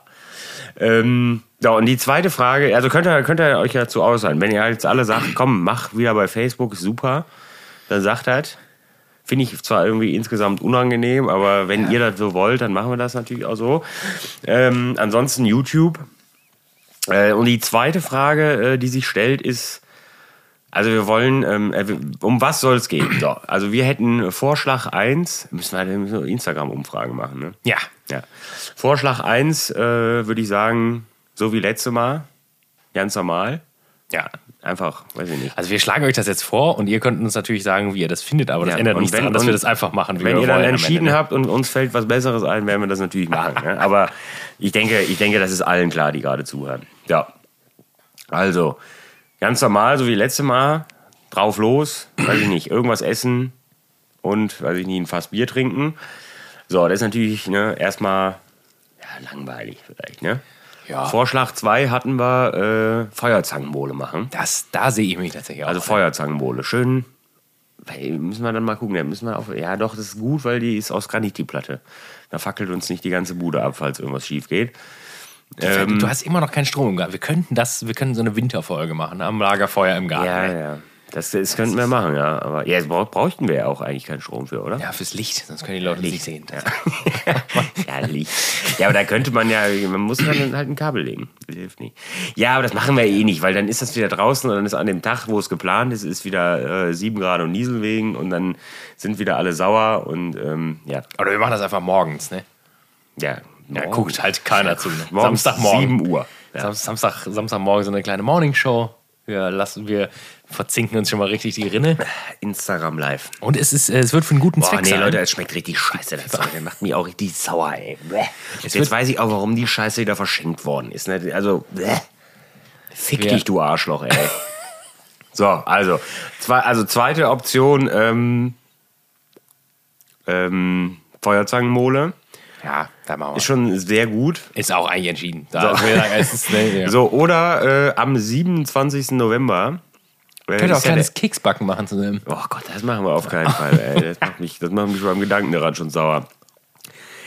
A: Ähm, so, und die zweite Frage, also könnt ihr, könnt ihr euch dazu äußern, wenn ihr jetzt alle sagt, komm, mach wieder bei Facebook, super, dann sagt halt, Finde ich zwar irgendwie insgesamt unangenehm, aber wenn ihr das so wollt, dann machen wir das natürlich auch so. Ähm, ansonsten YouTube. Äh, und die zweite Frage, äh, die sich stellt, ist, also wir wollen, ähm, äh, um was soll es gehen? So, also wir hätten Vorschlag 1, müssen wir, halt wir müssen eine Instagram-Umfrage machen, ne?
B: Ja.
A: Ja. Vorschlag 1 äh, würde ich sagen, so wie letzte Mal, ganz normal.
B: Ja.
A: Einfach, weiß ich nicht.
B: Also wir schlagen euch das jetzt vor und ihr könnt uns natürlich sagen, wie ihr das findet, aber das
A: Ja,
B: ändert
A: und
B: nichts
A: wenn-
B: daran, dass
A: und
B: wir das einfach machen. wie
A: Wenn
B: wir
A: ihr dann
B: wollen am
A: entschieden
B: Ende, ne?
A: habt und uns fällt was Besseres ein, werden wir das natürlich machen. ne? Aber ich denke, ich denke, das ist allen klar, die gerade zuhören. Ja. Also, ganz normal, so wie letzte Mal, drauf los, weiß ich nicht, irgendwas essen und, weiß ich nicht, ein Fass Bier trinken. So, das ist natürlich ne, erstmal ja, langweilig vielleicht. Ne?
B: Ja.
A: Vorschlag 2 hatten wir äh, Feuerzangenbowle machen.
B: Das, da sehe ich mich tatsächlich auch.
A: Also Feuerzangenbowle. Schön. Hey, müssen wir dann mal gucken. Da müssen wir auf, ja, doch, das ist gut, weil die ist aus Granit, die Platte. Da fackelt uns nicht die ganze Bude ab, falls irgendwas schief geht.
B: ähm, du hast immer noch keinen Strom im Garten. Wir könnten das, wir können so eine Winterfolge machen am Lagerfeuer im Garten.
A: Ja, ja. Das, das könnten wir machen, ja. Aber ja, jetzt brauch, bräuchten wir ja auch eigentlich keinen Strom für, oder?
B: Ja, fürs Licht, sonst können die Leute nicht sehen. Das-
A: Ja, Licht. Ja, aber da könnte man ja, man muss dann halt ein Kabel legen. Das hilft nicht. Ja, aber das machen wir eh nicht, weil dann ist das wieder draußen und dann ist an dem Tag, wo es geplant ist, ist wieder äh, 7 Grad und Niesel wegen und dann sind wieder alle sauer und ähm, ja.
B: Oder wir machen das einfach morgens, ne?
A: Ja,
B: Ja,
A: morgen.
B: guckt halt keiner zu. Ne?
A: Morgens
B: Samstagmorgen.
A: 7 Uhr.
B: Sam- Samstag, Samstagmorgen so eine kleine Morningshow. Wir lassen, wir verzinken uns schon mal richtig die Rinne.
A: Instagram Live.
B: Und es ist, äh, es wird für einen guten
A: Boah,
B: Zweck
A: nee,
B: sein.
A: Leute, das schmeckt richtig scheiße. Das Zeug. Das macht mich auch richtig sauer, ey. Bleh.
B: wird-
A: Jetzt weiß ich auch, warum die Scheiße wieder verschenkt worden ist. Ne? Also, bleh. fick
B: Ja.
A: dich, du Arschloch, ey. so, also, zwei, also zweite Option, ähm, ähm, Feuerzangenmole.
B: Ja, da machen wir.
A: Ist
B: Ist,
A: schon sehr gut.
B: auch eigentlich entschieden. Da würde ich sagen, es ist, ne, ja.
A: So, oder äh, am 27. November. Äh, ist
B: Könnt ihr auch
A: ja der-
B: kleines Keksbacken machen zu dem.
A: Oh Gott, das machen wir auf keinen Fall, ey. Das macht mich, das macht mich beim Gedanken daran schon sauer.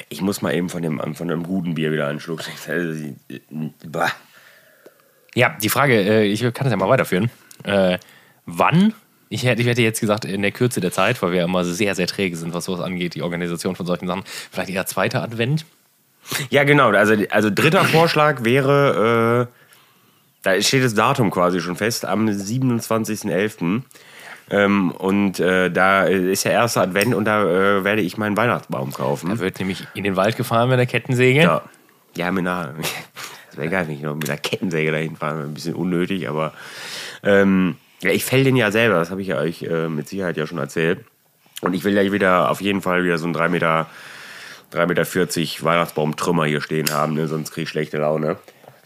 A: Ich muss mal eben von dem, von dem guten Bier wieder einen Schluck. trinken. Also, Bah.
B: Ja, die Frage, äh, ich kann das ja mal weiterführen. Äh, wann? Ich hätte, ich hätte jetzt gesagt, in der Kürze der Zeit, weil wir immer sehr, sehr träge sind, was sowas angeht, die Organisation von solchen Sachen. Vielleicht eher zweiter Advent.
A: Ja, genau. Also, also dritter Vorschlag wäre, äh, da steht das Datum quasi schon fest, am 27.11. Ähm, und äh, da ist ja erster Advent und da äh, werde ich meinen Weihnachtsbaum kaufen.
B: Wird nämlich in den Wald gefahren mit der Kettensäge.
A: Ja, ja mit einer. Das wäre geil, wenn ich noch mit einer Kettensäge dahin fahre. Ein bisschen unnötig, aber. Ähm, ja, ich fäll den ja selber, das habe ich ja euch äh, mit Sicherheit ja schon erzählt. Und ich will ja wieder auf jeden Fall wieder so einen 3 Meter, 3,40 Meter Weihnachtsbaumtrümmer hier stehen haben, ne? sonst kriege ich schlechte Laune.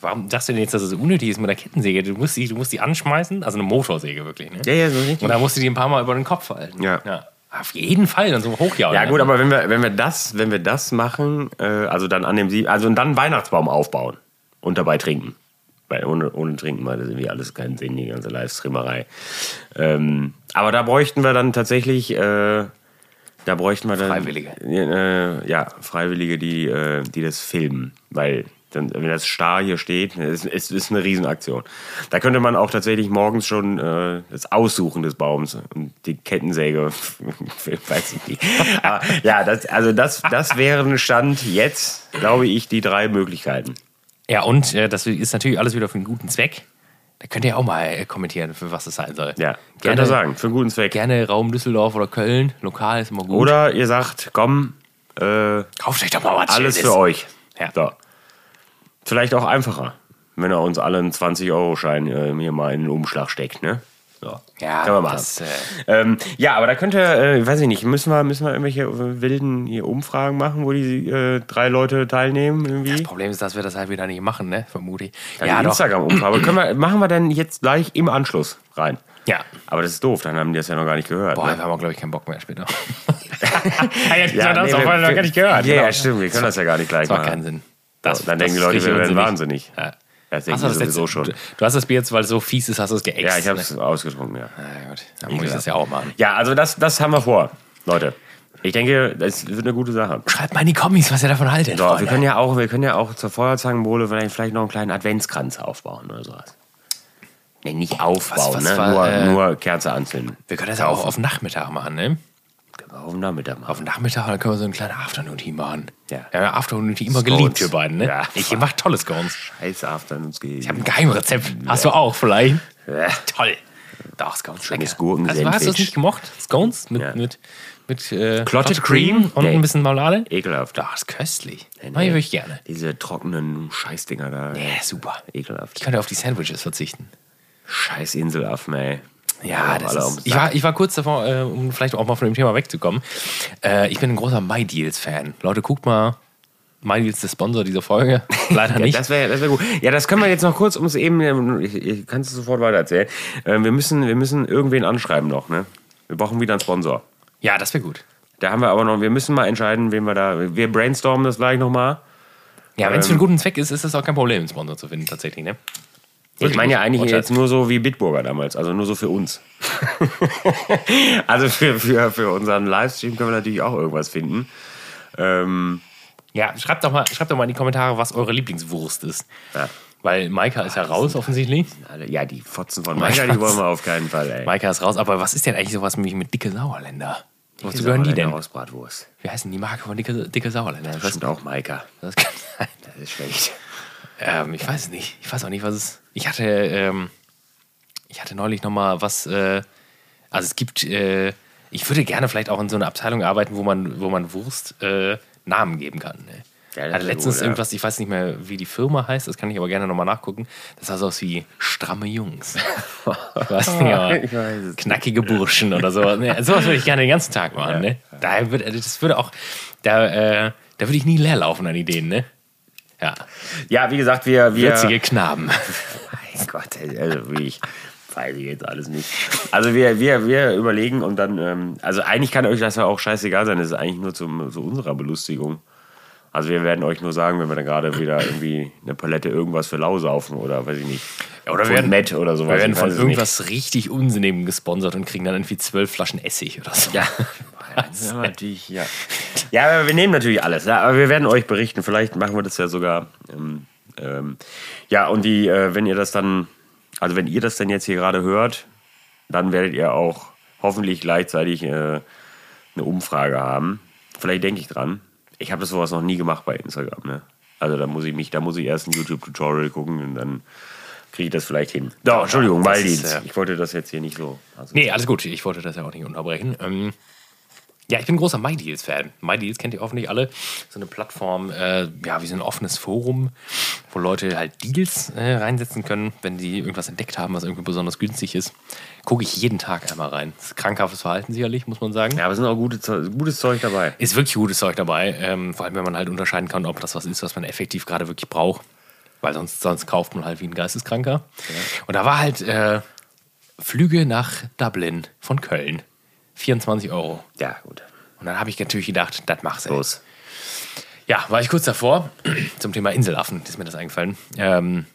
B: Warum sagst du denn jetzt, dass es unnötig ist mit der Kettensäge? Du musst die, du musst die anschmeißen, also eine Motorsäge wirklich. Ne?
A: Ja, ja, so richtig.
B: Und dann musst du die ein paar Mal über den Kopf halten.
A: Ja.
B: Auf jeden Fall, dann so ne? hochjagen.
A: Ja gut, aber wenn wir, wenn wir das, wenn wir das machen, äh, also dann an dem Sie also und dann einen Weihnachtsbaum aufbauen und dabei trinken. Weil ohne, ohne Trinken macht das irgendwie alles keinen Sinn, die ganze Livestreamerei. Ähm, aber da bräuchten wir dann tatsächlich, äh, da bräuchten wir dann.
B: Freiwillige.
A: Äh, ja, Freiwillige, die, äh, die das filmen. Weil dann, wenn das starr hier steht, es ist, ist eine Riesenaktion. Da könnte man auch tatsächlich morgens schon äh, das Aussuchen des Baums und die Kettensäge, weiß ich nicht. Aber, ja, das, also das, das wären Stand jetzt, glaube ich, die drei Möglichkeiten.
B: Ja, und äh, das ist natürlich alles wieder für einen guten Zweck. Da könnt ihr auch mal äh, kommentieren, für was es sein soll.
A: Ja, könnt
B: gerne,
A: ihr sagen, für einen guten Zweck.
B: gerne Raum Düsseldorf oder Köln. Lokal ist immer gut.
A: Oder ihr sagt, komm, äh,
B: kauft euch doch mal was
A: alles
B: Schönes.
A: für euch.
B: Ja.
A: So. Vielleicht auch einfacher, wenn er uns alle einen 20-Euro-Schein äh, hier mal in den Umschlag steckt, ne? So.
B: Ja,
A: Können wir machen.
B: das, äh,
A: Ähm, ja, aber da könnte, äh, weiß ich nicht, müssen wir, müssen wir irgendwelche äh, wilden hier Umfragen machen, wo die äh, drei Leute teilnehmen irgendwie? Also
B: Problem ist, dass wir das halt wieder nicht machen, ne? Vermute ich.
A: Die Instagram-Umfrage. Können wir, machen wir dann jetzt gleich im Anschluss rein?
B: Ja.
A: Aber das ist doof, dann haben die das ja noch gar nicht gehört.
B: Boah,
A: ne?
B: wir haben auch, glaube ich, keinen Bock mehr später.
A: Ja, nee, wir- wir- Ja, ja,
B: Ja,
A: stimmt, wir können das ja gar nicht gleich
B: Das macht
A: machen.
B: keinen Sinn.
A: genau. Das, dann denken die Leute, wir werden wahnsinnig.
B: Ja.
A: Das
B: Hast
A: denken
B: du
A: die
B: das
A: sowieso
B: letzte,
A: schon.
B: Du, du hast das Bier jetzt, weil es so fies ist, hast du es geäxt.
A: Ja, ich habe
B: ne?
A: es ausgetrunken, ja.
B: Na gut, dann muss ich das ja auch machen.
A: Ja, also das, das haben wir vor, Leute. Ich denke, das wird eine gute Sache.
B: Schreibt mal in die Kommis, was ihr davon haltet.
A: So, wir
B: Freunde.
A: können ja auch, wir können ja auch zur Feuerzangenbowle vielleicht, vielleicht noch einen kleinen Adventskranz aufbauen oder sowas. Nee, nicht aufbauen,
B: was
A: ne?
B: war,
A: nur,
B: äh,
A: nur Kerze anzünden.
B: Wir können das ja auch auf Nachmittag machen, ne?
A: Können wir auf den Nachmittag machen.
B: Auf den Nachmittag, dann können wir so einen kleinen Afternoon-Tea machen.
A: Ja.
B: Wir haben ja Afternoon-Tea immer
A: Scones.
B: geliebt, wir beiden, ne?
A: Ja.
B: Ich mach tolle Scones.
A: Scheiß Afternoons gehen.
B: Ich habe ein Geheimrezept. Hast du auch vielleicht?
A: Ja.
B: Toll. Doch, Scones lecker.
A: Schönes Gurkensandwich.
B: Also, hast du es nicht gemocht? Scones mit,
A: Ja.
B: mit, mit äh,
A: Clotted Cream?
B: und
A: Nee.
B: ein bisschen Marmelade?
A: Ekelhaft.
B: Doch, ist köstlich.
A: Nee,
B: Mach ich
A: nee.
B: wirklich gerne.
A: Diese trockenen Scheißdinger da.
B: Ja, super. Ich
A: Ekelhaft.
B: könnte auf die Sandwiches verzichten.
A: Scheiß Inselaffen, ey.
B: Ja, das
A: alle um
B: ist, ich, war, ich war kurz davor, äh, um vielleicht auch mal von dem Thema wegzukommen. Äh, ich bin ein großer MyDeals-Fan. Leute, guckt mal. MyDeals ist der Sponsor dieser Folge. Leider
A: Ja,
B: nicht.
A: das wäre das wär gut. Ja, das können wir jetzt noch kurz, um es eben, ähm, ich, ich kann es sofort weiter erzählen. Ähm, wir, müssen, wir müssen irgendwen anschreiben noch, ne? Wir brauchen wieder einen Sponsor.
B: ja, das wäre gut.
A: Da haben wir aber noch, wir müssen mal entscheiden, wen wir da, wir brainstormen das gleich nochmal.
B: Ja, wenn es für einen guten Zweck ist, ist das auch kein Problem, einen Sponsor zu finden, tatsächlich. Ne?
A: Ich meine ja eigentlich
B: Podcast.
A: jetzt nur so wie Bitburger damals, also nur so für uns. also für, für, für unseren Livestream können wir natürlich auch irgendwas finden. Ähm,
B: Ja, schreibt doch, mal, schreibt doch mal in die Kommentare, was eure Lieblingswurst ist.
A: Ja.
B: Weil Maika ist ja raus, offensichtlich.
A: alle- ja, die Fotzen von
B: Mein
A: Maika, die
B: Schatz.
A: wollen wir auf keinen Fall, ey.
B: Maika ist raus, aber was ist denn eigentlich sowas wie mit dicke Sauerländer? Wozu gehören die denn?
A: Hausbratwurst.
B: Wie heißen die Marke von dicke, dicke Sauerländer? Das,
A: Bestimmt auch Maika.
B: das kann sein.
A: Das ist schlecht.
B: Ähm, ich weiß es nicht. Ich weiß auch nicht, was es. Ich hatte, ähm, ich hatte neulich nochmal was. Äh, also es gibt. Äh, ich würde gerne vielleicht auch in so einer Abteilung arbeiten, wo man, wo man Wurst äh, Namen geben kann. Ne?
A: Ja, das
B: hatte
A: wär
B: letztens
A: gut, ja.
B: irgendwas, ich weiß nicht mehr, wie die Firma heißt, das kann ich aber gerne nochmal nachgucken. Das sah so aus wie stramme Jungs. ich weiß nicht, aber
A: Ich weiß es nicht.
B: knackige Burschen oder sowas. Ne? Sowas würde ich gerne den ganzen Tag machen. Ne? Daher würde, das würde auch, da, äh, da würde ich nie leer laufen an Ideen. Ne? Ja.
A: Ja, wie gesagt, wir. wir
B: Würzige Knaben.
A: mein Gott, ey, also wie ich. Weiß ich jetzt alles nicht. Also wir, wir, wir überlegen und dann, ähm, also eigentlich kann euch das ja auch scheißegal sein, das ist eigentlich nur zum, zu unserer Belustigung. Also wir werden euch nur sagen, wenn wir dann gerade wieder irgendwie eine Palette irgendwas für Lau saufen oder weiß ich nicht.
B: Ja, oder wir
A: von
B: werden-
A: Matt oder sowas.
B: Wir werden
A: ich
B: von
A: weiß es
B: irgendwas richtig Unsinnigem gesponsert und kriegen dann irgendwie zwölf Flaschen Essig oder so. Ja.
A: nicht. Ja, natürlich, ja. ja, aber wir nehmen natürlich alles, ja, aber wir werden euch berichten. Vielleicht machen wir das ja sogar. Ähm, ähm, ja, und die, äh, wenn ihr das dann, also wenn ihr das dann jetzt hier gerade hört, dann werdet ihr auch hoffentlich gleichzeitig äh, eine Umfrage haben. Vielleicht denke ich dran. Ich habe das sowas noch nie gemacht bei Instagram, ne? Also da muss ich mich, da muss ich erst ein YouTube-Tutorial gucken und dann kriege ich das vielleicht hin. Doch, Entschuldigung,
B: das
A: Waldienst.
B: ist, äh,
A: ich wollte das jetzt hier nicht so. Also,
B: Nee, alles gut. Ich wollte das ja auch nicht unterbrechen. Ähm, ja, ich bin großer MyDeals-Fan. MyDeals kennt ihr hoffentlich alle. So eine Plattform, äh, ja, wie so ein offenes Forum, wo Leute halt Deals äh, reinsetzen können, wenn sie irgendwas entdeckt haben, was irgendwie besonders günstig ist. Gucke ich jeden Tag einmal rein. Das ist krankhaftes Verhalten sicherlich, muss man sagen.
A: Ja, aber es sind auch gute, Ze- gutes Zeug dabei.
B: Ist wirklich gutes Zeug dabei. Ähm, vor allem, wenn man halt unterscheiden kann, ob das was ist, was man effektiv gerade wirklich braucht. Weil sonst, sonst kauft man halt wie ein Geisteskranker. Und da war halt äh, Flüge nach Dublin von Köln. 24 Euro.
A: Ja, gut.
B: Und dann habe ich natürlich gedacht, das mach's ey.
A: Los.
B: Ja, war ich kurz davor. Zum Thema Inselaffen ist mir das eingefallen. Ähm,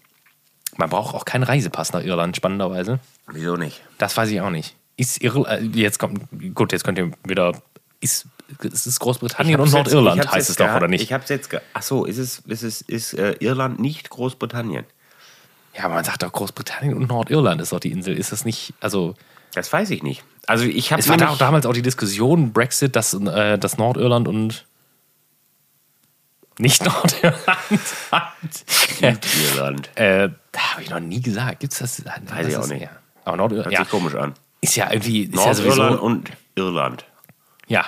B: man braucht auch keinen Reisepass nach Irland, spannenderweise.
A: Wieso nicht?
B: Das weiß ich auch nicht. Ist Irland, jetzt kommt, gut, jetzt könnt ihr wieder, ist, es ist Großbritannien und
A: hab's jetzt-
B: Nordirland,
A: ich hab's jetzt
B: heißt es doch,
A: geha-
B: oder nicht?
A: Ich hab's jetzt. ge- Ach so, ist es, ist es, ist äh, Irland nicht Großbritannien?
B: Ja, aber man sagt doch Großbritannien und Nordirland ist doch die Insel. Ist das nicht, also
A: Das weiß ich nicht. Also ich habe
B: es war da auch damals auch die Diskussion, Brexit, dass, äh, dass Nordirland und nicht Nordirland hat.
A: Irland.
B: äh, da habe ich noch nie gesagt. Gibt's das? Weiß
A: ich auch
B: ist,
A: nicht.
B: Ja. Aber Nordirland
A: Hört
B: ja,
A: sich komisch an.
B: ist ja irgendwie, ist ja
A: Nordirland
B: sowieso,
A: und Irland.
B: ja.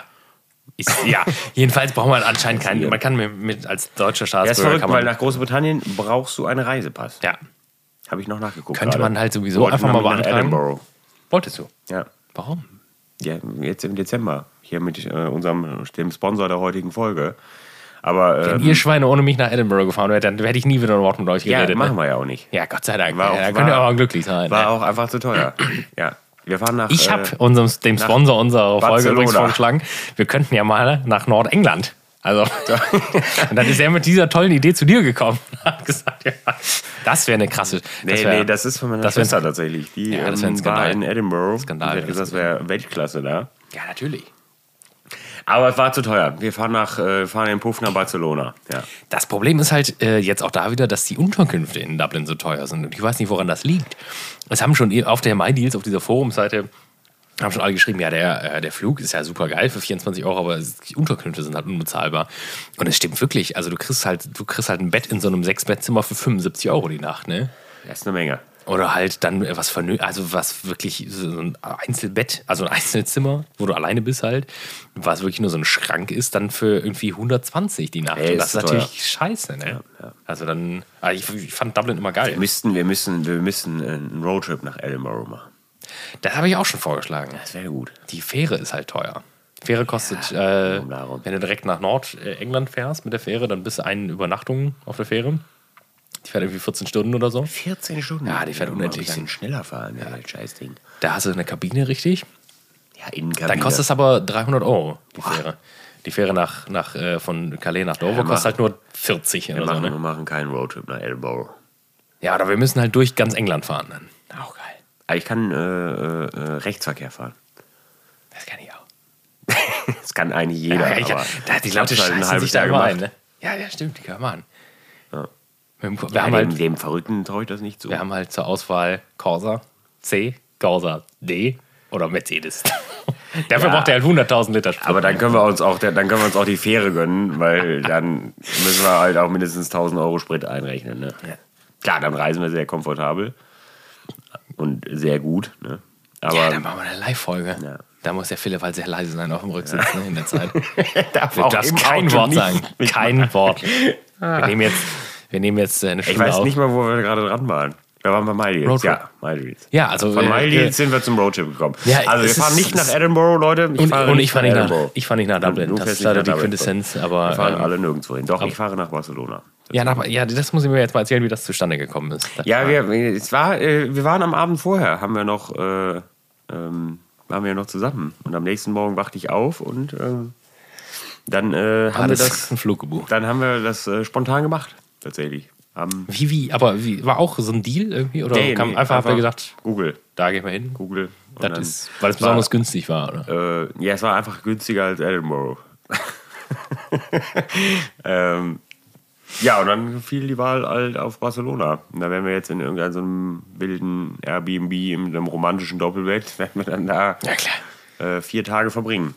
B: Ist, ja, jedenfalls braucht man anscheinend keinen, man kann mit, mit als
A: Ja,
B: deutscher
A: ist
B: Staatsbürger,
A: verrückt,
B: kann
A: weil
B: man,
A: nach Großbritannien brauchst du einen Reisepass.
B: ja,
A: Habe ich noch nachgeguckt.
B: Könnte
A: gerade.
B: man halt sowieso
A: Wollten
B: einfach
A: wir
B: mal
A: mit nach
B: beantragen.
A: Edinburgh.
B: wolltest du.
A: Ja.
B: Warum?
A: Ähm, ja, jetzt im Dezember. Hier mit äh, unserem dem Sponsor der heutigen Folge. Aber
B: Wenn
A: ähm,
B: ihr Schweine ohne mich nach Edinburgh gefahren wärt, dann hätte ich nie wieder ein Wort mit euch
A: ja,
B: geredet. ne?
A: machen wir ja auch nicht.
B: Ja, Gott sei Dank.
A: War
B: ja, da
A: auch-
B: könnt ihr
A: war-
B: aber glücklich sein.
A: War
B: ne?
A: auch einfach zu teuer. Ja. Wir fahren nach.
B: ich
A: äh,
B: habe unserem dem Sponsor unserer Folge
A: Barcelona.
B: übrigens vorgeschlagen, wir könnten ja mal nach Nordengland. Also, und dann ist er mit dieser tollen Idee zu dir gekommen und hat gesagt, ja, das wäre eine krasse.
A: Nee,
B: wär-
A: nee, das ist von meiner
B: das wär-
A: Schwester tatsächlich. Die
B: Ja, das wär ein
A: ähm, war
B: Skandal.
A: in Edinburgh.
B: Skandal
A: Die hat
B: wäre
A: gesagt,
B: das
A: das wäre Weltklasse da.
B: Ja, natürlich.
A: Aber es war zu teuer. Wir fahren nach, äh, fahren in Puff nach Barcelona. Ja.
B: Das Problem ist halt äh, jetzt auch da wieder, dass die Unterkünfte in Dublin e- so teuer sind. Und ich weiß nicht, woran das liegt. Es haben schon eh- auf der MyDeals, auf dieser Forumseite, Haben schon alle geschrieben, ja, der, äh, der Flug ist ja super geil für 24 Euro, aber es- die Unterkünfte sind halt unbezahlbar. Und es stimmt wirklich. Also du kriegst halt, du kriegst halt ein Bett in so einem Sechs-Bettzimmer für 75 Euro die Nacht, ne?
A: Das ist eine Menge.
B: Oder halt dann äh, was vernü also was wirklich so ein Einzelbett, also ein Einzelzimmer, wo du alleine bist halt, was wirklich nur so ein Schrank ist, dann für irgendwie 120 die Nacht.
A: Ey,
B: Und
A: ist
B: das ist
A: teuer.
B: natürlich scheiße, ne? Also dann, ah, ich, ich fand Dublin immer
A: Wir
B: geil.
A: müssten, wir müssen, wir müssen einen Roadtrip nach Edinburgh machen.
B: Das habe ich auch schon vorgeschlagen.
A: Das wäre gut.
B: Die Fähre ist halt teuer. Fähre kostet, äh,
A: darum, darum.
B: wenn du direkt nach Nordengland fährst mit der Fähre, dann bist du eine Übernachtung auf der Fähre. Die fährt irgendwie 14 Stunden oder so.
A: 14 Stunden.
B: Ja, die fährt
A: Mal Ein
B: unendlich
A: bisschen
B: lang.
A: schneller fahren, ja. das scheiß Ding.
B: Da hast du eine Kabine, richtig?
A: Ja, in
B: Dann kostet es aber 300 Euro, die Fähre. Die Fähre nach, nach, äh, von Calais nach Dover
A: mach.
B: kostet halt nur 40
A: wir
B: oder so.
A: machen,
B: Ne?
A: wir machen keinen Roadtrip nach Edinburgh.
B: Ja, oder wir müssen halt durch ganz England fahren dann. Auch geil.
A: Aber ich kann äh, äh, äh, Rechtsverkehr fahren.
B: Das kann ich auch.
A: Das kann eigentlich jeder.
B: ja, ja,
A: aber
B: da, die
A: ich
B: Leute
A: hab's halt ein
B: scheißen
A: halbes
B: sich da
A: Jahr
B: immer
A: gemacht.
B: ein. Ne? Ja, ja, stimmt, die können wir machen. Wir, haben, wir,
A: Ja,
B: haben
A: dem,
B: halt,
A: dem Verrückten traue ich das nicht zu.
B: wir haben halt zur Auswahl Corsa C, Corsa D oder Mercedes. Dafür
A: Ja.
B: braucht er halt 100.000 Liter Sprit.
A: Aber dann können wir uns auch, dann können wir uns auch die Fähre gönnen, weil dann müssen wir halt auch mindestens 1000 Euro Sprit einrechnen. Ne?
B: Ja.
A: Klar, dann reisen wir sehr komfortabel und sehr gut. Ne?
B: ja,
A: Aber
B: dann machen wir eine Live-Folge.
A: Ja.
B: Da muss der Philipp halt sehr leise sein auf dem Rücksitz ne, in der Zeit.
A: darf
B: Du darfst kein Wort sagen.
A: Ich
B: Kein Wort. Wir nehmen jetzt, wir nehmen jetzt äh, eine Stunde
A: weiß
B: auf.
A: nicht mal, wo wir gerade dran waren. Da waren wir Maldives.
B: Roadtrip.
A: Ja, Maldives.
B: Ja, also
A: Von
B: äh,
A: Maldives sind wir zum Roadtrip gekommen.
B: Ja,
A: also wir
B: es
A: fahren
B: ist-
A: nicht nach Edinburgh, Leute.
B: Und, und ich,
A: nach
B: fahre nicht nach,
A: Edinburgh.
B: ich fahre nicht nach Dublin.
A: Du
B: das
A: fährst
B: ist
A: nicht
B: leider
A: nach
B: die
A: Dublin.
B: Quintessenz.
A: Wir fahren
B: Aber, ähm,
A: alle nirgendwo hin. Doch, ich fahre nach Barcelona.
B: ja, nach, ja, das muss ich mir jetzt mal erzählen, wie das zustande gekommen ist.
A: Ja, wir, es war, äh, wir waren am Abend vorher, haben wir noch, äh, ähm, waren wir noch zusammen. Und am nächsten Morgen wachte ich auf und ähm, dann, äh, haben wir
B: Alles
A: das,
B: ein Flug gebucht.
A: dann haben wir das äh, spontan gemacht, tatsächlich. Am
B: Wie, wie, aber wie, war auch so ein Deal irgendwie? Oder
A: Nee,
B: kam
A: nee,
B: einfach, habt ihr gesagt,
A: Google,
B: da gehen wir hin?
A: Google. Und
B: Das
A: dann-
B: ist, weil es besonders günstig war, oder?
A: äh, ja, es war einfach günstiger als Edinburgh. ähm, ja, und dann fiel die Wahl halt auf Barcelona. Und da wären wir jetzt in irgendeinem so einem wilden Airbnb in einem romantischen Doppelbett, werden wir dann da
B: Ja, klar.
A: äh, vier Tage verbringen.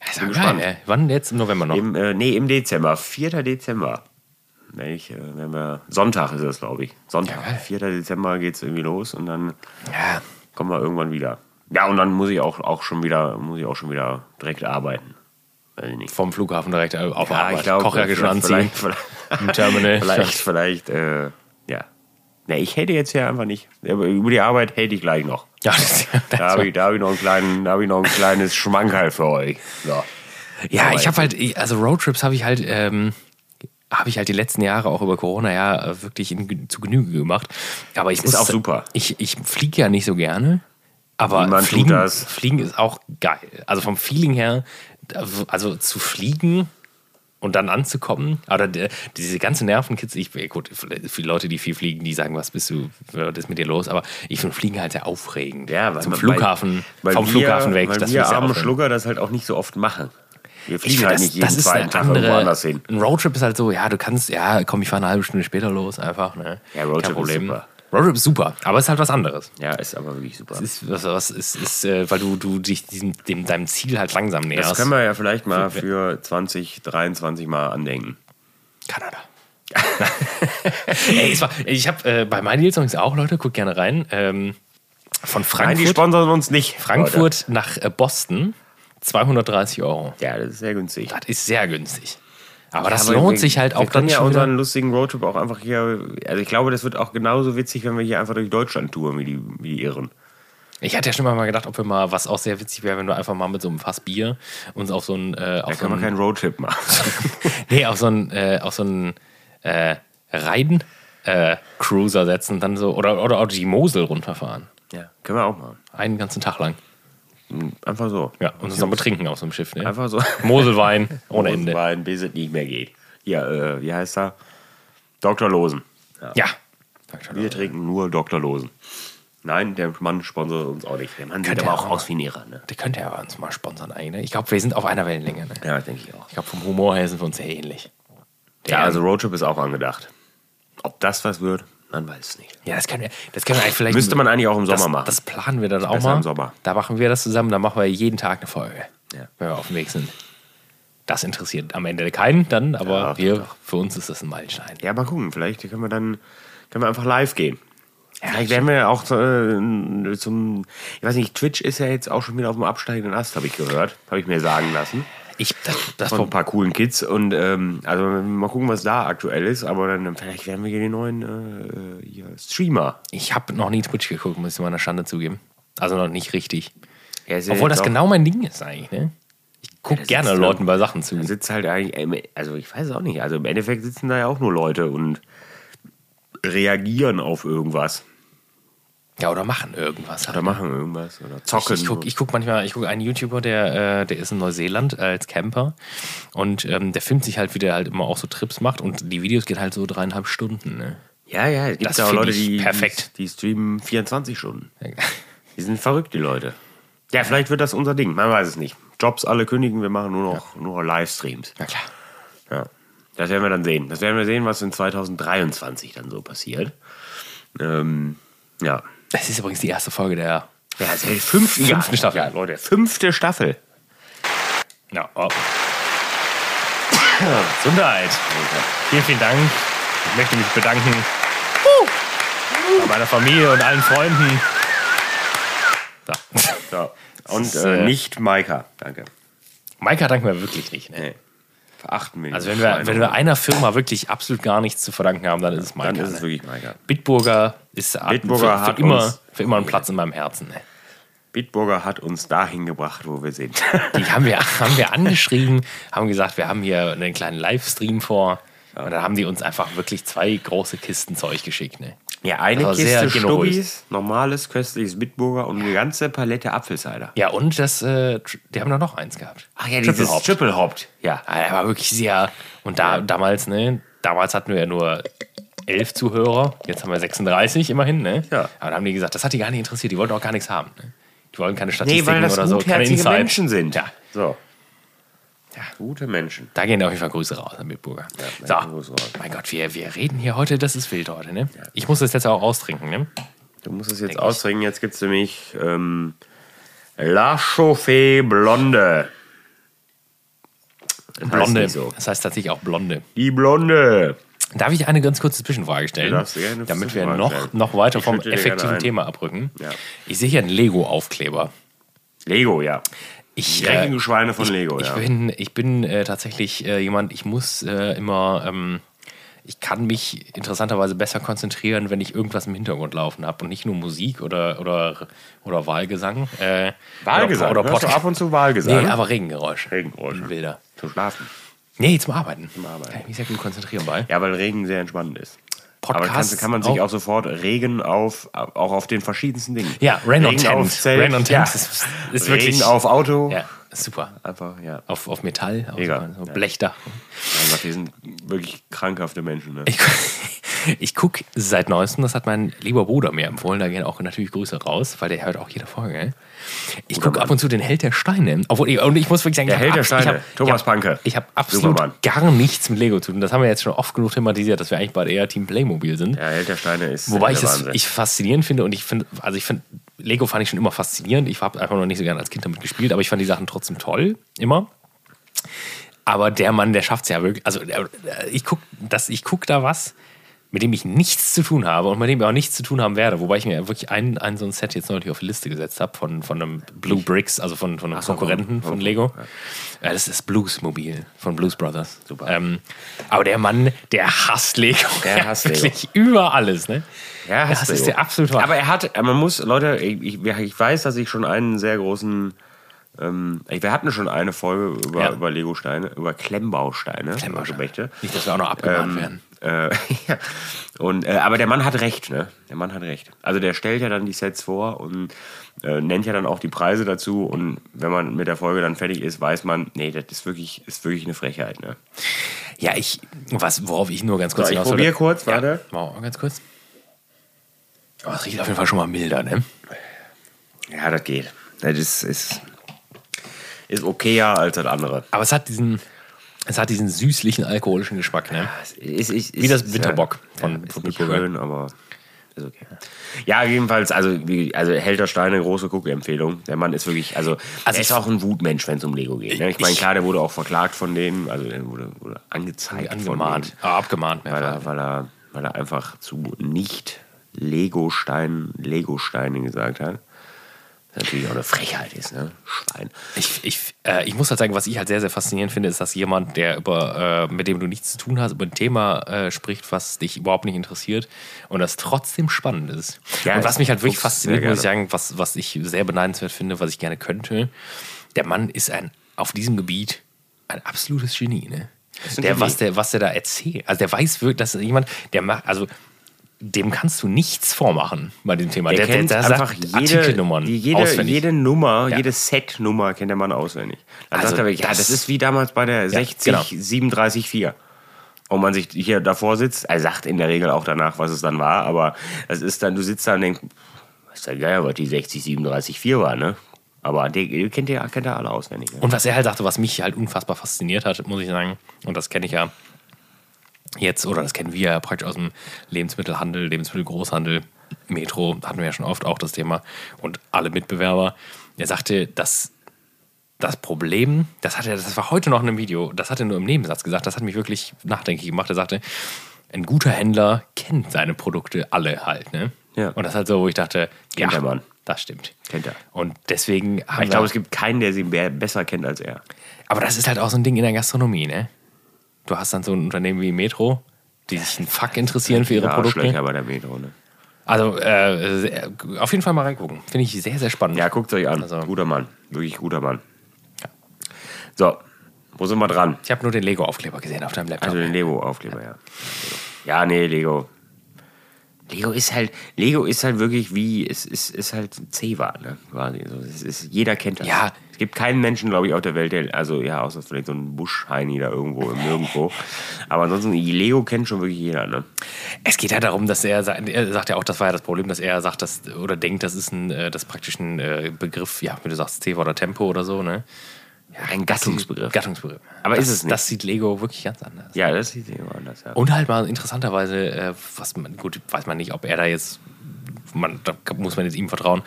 B: Das war geil,
A: gespannt.
B: ne? Wann jetzt? Im November noch?
A: Im, äh, nee, im Dezember, 4. Dezember. Wenn ich, äh, wenn wir, Sonntag ist das, glaube ich. Sonntag,
B: Ja, geil.
A: 4. Dezember geht es irgendwie los und dann
B: Ja.
A: kommen wir irgendwann wieder. Ja, und dann muss ich auch, auch schon wieder, muss ich auch schon wieder direkt arbeiten. Weiß ich nicht.
B: Vom Flughafen direkt äh, auf
A: Ja,
B: Arbeit.
A: ich glaube,
B: Kochjacke schon anziehen.
A: Vielleicht,
B: ne? Im Terminal.
A: vielleicht, vielleicht äh, ja. Ne, ich hätte jetzt ja einfach nicht. Aber Über die Arbeit hätte ich gleich noch.
B: Ja, das, das
A: Da
B: war-
A: habe ich, da hab ich, noch einen kleinen- da hab ich noch ein kleines Schmankerl für euch. So.
B: Ja, ich
A: Aber
B: habe halt, ich- also Roadtrips habe ich halt, ähm, habe ich halt die letzten Jahre auch über Corona ja äh, wirklich in, zu Genüge gemacht. Aber ich ist
A: auch super.
B: Ich, ich fliege ja nicht so gerne, aber
A: Niemand tut
B: fliegen,
A: das.
B: fliegen ist auch geil. Also vom Feeling her, also zu fliegen und dann anzukommen, oder der- diese ganze Nervenkitzel, ich, gut, viele Leute, die viel fliegen, die sagen, was bist du, was ist mit dir los? Aber ich finde Fliegen halt sehr aufregend.
A: weil
B: Zum
A: man-
B: Flughafen,
A: weil- weil
B: vom
A: wir-
B: Flughafen weg.
A: Weil
B: das
A: wir
B: find's ja
A: armen
B: aufregend.
A: Schlucker das halt auch nicht so oft machen. Wir
B: Ich
A: fliegen
B: finde,
A: halt
B: das,
A: nicht jeden
B: das ist
A: zweiten
B: eine
A: Tag irgendwo
B: andere.
A: anders hin.
B: Ein Roadtrip ist halt so, ja, du kannst, ja, komm, ich fahre eine halbe Stunde später los, einfach. Ne?
A: Ja, Roadtrip ist super.
B: Roadtrip ist super, aber es ist halt was anderes.
A: Ja, ist aber wirklich super.
B: Es ist, was, was, es ist, äh, weil du, du dich diesem, dem, deinem Ziel halt langsam näherst.
A: Das können wir ja vielleicht mal für 2023 mal andenken.
B: Kanada. Ey, es war, ich habe äh, bei meinen Songs auch, Leute, guckt gerne rein. Ähm, von
A: Nein, die
B: Frankfurt,
A: sponsern uns nicht. Leute.
B: Frankfurt nach äh, Boston, 230 Euro.
A: Ja, das ist sehr günstig.
B: Das ist sehr günstig. Aber das
A: Aber
B: lohnt
A: wir-
B: sich halt auch
A: Wir können
B: dann
A: ja
B: schon wieder-
A: unseren lustigen Roadtrip auch einfach hier. Also ich glaube, das wird auch genauso witzig, wenn wir hier einfach durch Deutschland touren, wie die, wie die Irren.
B: Ich hatte ja schon mal gedacht, ob wir mal, was auch sehr witzig wäre, wenn wir einfach mal mit so einem Fass Bier uns auf so einen, äh, auf so
A: Können wir
B: einen,
A: keinen Roadtrip machen.
B: nee, auf so einen, äh, auf so einen äh, Reiden äh, Cruiser setzen, und dann so oder oder auch die Mosel runterfahren,
A: ja. Können wir auch machen.
B: einen ganzen Tag lang,
A: Einfach so.
B: ja, und uns dann betrinken auf so einem Schiff, ne?
A: Einfach so.
B: Moselwein ohne Ende.
A: Weil bis es nicht mehr geht. Ja, äh, wie heißt er? Dr. Losen.
B: Ja.
A: Wir trinken nur Dr. Losen. Nein, der Mann sponsert uns auch nicht. Der Mann sieht
B: Könnte
A: aber
B: er
A: auch
B: auch.
A: aus wie ein Irrer. Ne?
B: Die könnte ja uns mal sponsern eigentlich. Ne? Ich glaube, wir sind auf einer Wellenlänge. Ne?
A: Ja, denke ich auch.
B: Ich glaube, vom Humor her sind wir uns sehr ähnlich.
A: also- Ja, also Roadtrip ist auch angedacht. Ob das was wird? Man weiß es nicht.
B: Ja, das können wir, das können wir eigentlich vielleicht.
A: Müsste man eigentlich auch im Sommer
B: das,
A: machen.
B: Das planen wir dann auch
A: besser
B: mal.
A: im Sommer.
B: Da machen wir das zusammen, da machen wir jeden Tag eine Folge.
A: Ja.
B: Wenn wir auf dem Weg sind. Das interessiert am Ende keinen dann, aber
A: Doch,
B: wir, für uns ist das ein Meilenstein.
A: Ja, mal gucken. Vielleicht können wir dann können wir einfach live gehen. Vielleicht werden wir ja auch äh, zum. Ich weiß nicht, Twitch ist ja jetzt auch schon wieder auf dem absteigenden Ast, habe ich gehört. Habe ich mir sagen lassen.
B: Ich, das, das
A: Von ein paar coolen Kids. Und ähm, also mal gucken, was da aktuell ist. Aber dann vielleicht werden wir hier die neuen äh, äh, hier, Streamer.
B: ich habe noch nie Twitch geguckt, muss ich meiner Schande zugeben. Also noch nicht richtig.
A: Ja, ist ja
B: Obwohl
A: jetzt
B: das
A: auch-
B: genau mein Ding ist eigentlich, ne? Ich gucke
A: das
B: gerne
A: ist,
B: Leuten
A: ähm,
B: bei Sachen zu.
A: Da sitzt halt eigentlich, ähm, also ich weiß auch nicht, also im Endeffekt sitzen da ja auch nur Leute und reagieren auf irgendwas
B: Ja, oder machen irgendwas.
A: oder
B: Halt.
A: machen irgendwas oder zocken.
B: Ich gucke ich guck manchmal, ich gucke einen YouTuber, der, äh, der ist in Neuseeland als Camper und ähm, der filmt sich halt, wie der halt immer auch so Trips macht und die Videos gehen halt so dreieinhalb Stunden. Ne?
A: ja, ja, es gibt
B: Das
A: ja auch
B: find
A: Leute,
B: ich
A: die,
B: perfekt.
A: die streamen 24 Stunden. Die sind verrückt, die Leute. Ja, vielleicht wird das unser Ding, man weiß es nicht. Jobs alle kündigen, wir machen nur noch, nur noch Livestreams.
B: Na klar.
A: Ja. Das werden wir dann sehen. Das werden wir sehen, was in 2023 dann so passiert. Ähm, ja.
B: Das ist übrigens die erste Folge der.
A: Ja, das ist die fünfte,
B: Fünften
A: ja,
B: Staffel.
A: Ja, Leute, fünfte Staffel.
B: Ja, oh. Gesundheit. Vielen, vielen Dank. Ich möchte mich bedanken bei meiner Familie und allen Freunden. Da.
A: Ja. Und
B: ist,
A: äh,
B: äh,
A: nicht Maika. Danke.
B: Maika danken wir wirklich nicht. Ne?
A: Nee. Verachten wir
B: Also wenn wir, wenn wir einer Firma wirklich absolut gar nichts zu verdanken haben, dann ist es Maika.
A: Dann ist
B: ne?
A: es wirklich Maika.
B: Bitburger ist hat
A: Bitburger
B: für, für,
A: hat
B: immer,
A: uns-
B: für immer einen Platz in meinem Herzen. ne?
A: Bitburger hat uns dahin gebracht, wo wir sind.
B: Die haben wir, haben wir angeschrieben, haben gesagt, wir haben hier einen kleinen Livestream vor. Und dann haben die uns einfach wirklich zwei große Kisten Zeug geschickt. Ne?
A: ja, eine
B: war sehr
A: Kiste
B: generös.
A: Stubbis, normales, köstliches Bitburger und eine ganze Palette Apfelsider.
B: Ja, und das, äh, tr- die haben da noch eins gehabt.
A: Ach ja, dieses
B: Hop.
A: Triple Hopped. Ja.
B: Ah, Der war wirklich sehr. Und da, damals, ne? Damals hatten wir ja nur elf Zuhörer. Jetzt haben wir 36 immerhin, ne?
A: Ja.
B: Aber da haben die gesagt, das hat die gar nicht interessiert. Die wollten auch gar nichts haben. Ne? Die wollen keine Statistiken
A: Nee, weil das
B: oder so, keine
A: gutherzige
B: Insights.
A: Menschen sind.
B: Ja.
A: So. Ja. Gute Menschen.
B: Da gehen auf jeden Fall Grüße raus an Bitburger.
A: Ja,
B: so.
A: Grüße raus.
B: Mein Gott, wir, wir reden hier heute, das ist wild heute, ne? Ich muss das jetzt auch austrinken, ne?
A: Du musst es jetzt
B: Denk ich.
A: austrinken. Jetzt gibt es nämlich ähm, La Chauffée Blonde. Das heißt
B: Blonde.
A: nicht So.
B: Das heißt tatsächlich auch Blonde.
A: Die Blonde.
B: Darf ich eine ganz kurze Zwischenfrage stellen?
A: Du darfst gerne eine
B: damit wir
A: Zwischenfrage
B: noch,
A: stellen.
B: noch weiter
A: Ich
B: vom
A: schütte dir gerne
B: effektiven
A: ein.
B: Thema abrücken.
A: Ja.
B: Ich sehe hier einen Lego-Aufkleber.
A: Lego, ja.
B: Ich,
A: Die dreckigen Schweine von
B: ich,
A: Lego,
B: ich
A: Oh ja.
B: Bin, ich bin äh, tatsächlich äh, jemand, ich muss äh, immer, ähm, ich kann mich interessanterweise besser konzentrieren, wenn ich irgendwas im Hintergrund laufen habe und nicht nur Musik oder, oder, oder Wahlgesang. Äh,
A: Wahlgesang.
B: Oder, oder
A: Hörst du
B: Podcast.
A: ab und zu Wahlgesang.
B: Nee, aber Regengeräusche.
A: Regengeräusche.
B: Bilder.
A: Zum Schlafen.
B: Nee, zum Arbeiten. Zum
A: Arbeiten.
B: Kann ich mich sehr gut konzentrieren bei.
A: Ja, weil Regen sehr entspannend ist. Aber
B: Podcasts
A: kannst, kann man sich
B: auch-
A: auch, sofort Regen auf, auch auf den verschiedensten Dingen.
B: Ja, Rain on
A: Regen
B: Tent.
A: auf Zelt.
B: Rain on Tent
A: ja.
B: ist- ist
A: Regen
B: wirklich-
A: auf Auto.
B: Ja, super.
A: Einfach, ja.
B: Auf, auf Metall, auf
A: Mega.
B: so
A: Ja.
B: Blechdach.
A: Mein Gott, die sind wirklich krankhafte Menschen. Ne?
B: Ich, gu- ich gucke seit neuestem, das hat mein lieber Bruder mir empfohlen, da gehen auch natürlich Grüße raus, weil der hört auch jede Folge. Ich gucke ab und zu den Held der Steine. Obwohl, ich- und ich muss wirklich sagen, der
A: Held der Steine, Thomas Panke.
B: Ich habe absolut
A: Supermann.
B: gar nichts mit Lego zu tun. Das haben wir jetzt schon oft genug thematisiert, dass wir eigentlich beide eher Team Playmobil sind.
A: Ja, Held der Steine ist
B: Wobei ich
A: der
B: das ich faszinierend finde und ich finde, also ich finde, Lego fand ich schon immer faszinierend. Ich habe einfach noch nicht so gerne als Kind damit gespielt, aber ich fand die Sachen trotzdem toll, immer. Aber der Mann, der schafft es ja wirklich. Also der- ich gucke guck da was, mit dem ich nichts zu tun habe und mit dem ich auch nichts zu tun haben werde. Wobei ich mir wirklich ein, ein so ein Set jetzt neulich auf die Liste gesetzt habe von, von einem Blue Bricks, also von, von einem
A: so, von-
B: Konkurrenten
A: von-
B: von Lego. Ja, das ist Bluesmobil von Blues Brothers. Super. Ähm, aber der Mann, der hasst Lego.
A: Der hasst Lego.
B: Wirklich über alles, ne?
A: Ja,
B: Das
A: hast du
B: ist
A: ja.
B: der absolute Wahnsinn.
A: Aber er hat, man muss, Leute, ich, ich, ich weiß, dass ich schon einen sehr großen. Ähm, wir hatten schon eine Folge über,
B: Ja.
A: über Lego-Steine, über Klemmbausteine. wenn man so möchte.
B: Nicht, dass wir auch noch abgemahnt werden.
A: Äh, ja. und, äh, aber der Mann hat recht, ne? Der Mann hat recht. Also der stellt ja dann die Sets vor und äh, nennt ja dann auch die Preise dazu. Und wenn man mit der Folge dann fertig ist, weiß man, nee, das ist wirklich, ist wirklich eine Frechheit, ne?
B: Ja, ich, was, worauf ich nur ganz kurz
A: So, ich
B: hinaus will-
A: probiere kurz, warte.
B: Mal ganz kurz. Oh, das riecht auf jeden Fall schon mal milder, ne?
A: Ja, das geht. Das ist, ist, ist okayer als das andere.
B: Aber es hat diesen, Es hat diesen süßlichen alkoholischen Geschmack, ne?
A: Es Ist, ist,
B: Wie das
A: ist-
B: Winterbock von
A: ist
B: Purple
A: nicht
B: Purple.
A: schön, aber ist okay. Ja, jedenfalls, also, wie, also Helter Steine, große Guck-Empfehlung. Der Mann ist wirklich, also,
B: Also
A: er
B: ich-
A: ist auch ein Wutmensch, wenn es um Lego geht. Ne? Ich meine,
B: Ich-
A: klar, der wurde auch verklagt von denen, also der wurde, wurde angezeigt von denen,
B: Angemahnt. Ah, abgemahnt,
A: weil
B: mehrfach.
A: er, weil, er, weil er einfach zu nicht Lego-Steinen, Lego-Steine gesagt hat. Was natürlich auch eine Frechheit ist, ne? Schwein.
B: Ich, ich, äh, ich muss halt sagen, was ich halt sehr, sehr faszinierend finde, ist, dass jemand, der über, äh, mit dem du nichts zu tun hast, über ein Thema äh, spricht, was dich überhaupt nicht interessiert und das trotzdem spannend ist.
A: Ja,
B: und was mich halt wirklich
A: guck's
B: fasziniert,
A: sehr
B: muss ich sagen, was, was ich sehr beneidenswert finde, was ich gerne könnte, der Mann ist ein, auf diesem Gebiet ein absolutes Genie, ne?
A: ein
B: Der,
A: Genie.
B: was der, was der da erzählt. Also der weiß wirklich, dass jemand, der macht, also dem kannst du nichts vormachen bei dem Thema.
A: Der, kennt
B: sagt
A: einfach jede,
B: Artikelnummern
A: die, jede,
B: auswendig.
A: jede Nummer,
B: Ja.
A: jede Set-Nummer kennt der Mann auswendig. Dann
B: Also
A: sagt er wirklich, ja,
B: das-
A: das ist wie damals bei der 60,
B: genau.
A: 37, 4. Und man sich hier davor sitzt, er sagt in der Regel auch danach, was es dann war, aber es ist dann, du sitzt da und denkst, ist ja geil, was die 60, 37, 4 war, ne? Aber die, die kennt ihr kennt ihr alle auswendig. Ne?
B: Und was er halt sagte, was mich halt unfassbar fasziniert hat, muss ich sagen, und das kenne ich ja jetzt, oder das kennen wir ja praktisch aus dem Lebensmittelhandel, Lebensmittelgroßhandel, Metro, hatten wir ja schon oft auch das Thema, und alle Mitbewerber. Er sagte, dass das Problem, das hatte, er- das war heute noch in einem Video, das hat er nur im Nebensatz gesagt, das hat mich wirklich nachdenklich gemacht. Er sagte, ein guter Händler kennt seine Produkte alle halt, ne?
A: Ja.
B: Und das halt so, wo ich dachte, ja,
A: Kennt der Mann.
B: das stimmt.
A: Kennt er.
B: Und deswegen haben
A: Ich glaube,
B: wir-
A: es gibt keinen, der sie be- besser kennt als er.
B: aber das ist halt auch so ein Ding in der Gastronomie, ne? Du hast dann so ein Unternehmen wie Metro, die sich einen Fuck interessieren für ihre
A: ja,
B: Produkte.
A: Arschlöcher bei der Metro, ne?
B: Also äh, sehr- auf jeden Fall mal reingucken. Finde ich sehr, sehr spannend.
A: Ja, guckt euch an.
B: Also-
A: guter Mann. Wirklich guter Mann. So, wo sind wir dran?
B: Ich habe nur den Lego-Aufkleber gesehen auf deinem Laptop.
A: Also den Lego-Aufkleber, ja. Ja, nee, Lego. Lego ist halt, Lego ist halt wirklich wie, es ist, ist halt Zewa, ne? Quasi. So, es ist, jeder kennt das.
B: Ja.
A: Es gibt keinen Menschen, glaube ich, auf der Welt, der, also ja, außer vielleicht so ein Buschheini da irgendwo im Nirgendwo. Aber ansonsten, Lego kennt schon wirklich jeder, ne?
B: es geht ja darum, dass er, sa- er sagt ja auch, das war ja das Problem, dass er sagt, dass, oder denkt, das ist ein, äh, das ist praktisch ein äh, Begriff, ja, wie du sagst, Zewa oder Tempo oder so, ne?
A: ein Gattungsbegriff.
B: Gattungsbegriff.
A: Aber
B: das,
A: ist es nicht.
B: Das sieht Lego wirklich ganz anders.
A: Ja, das sieht Lego anders, ja.
B: Und halt mal interessanterweise, äh, was man, gut, weiß man nicht, ob er da jetzt, man, da muss man jetzt ihm vertrauen.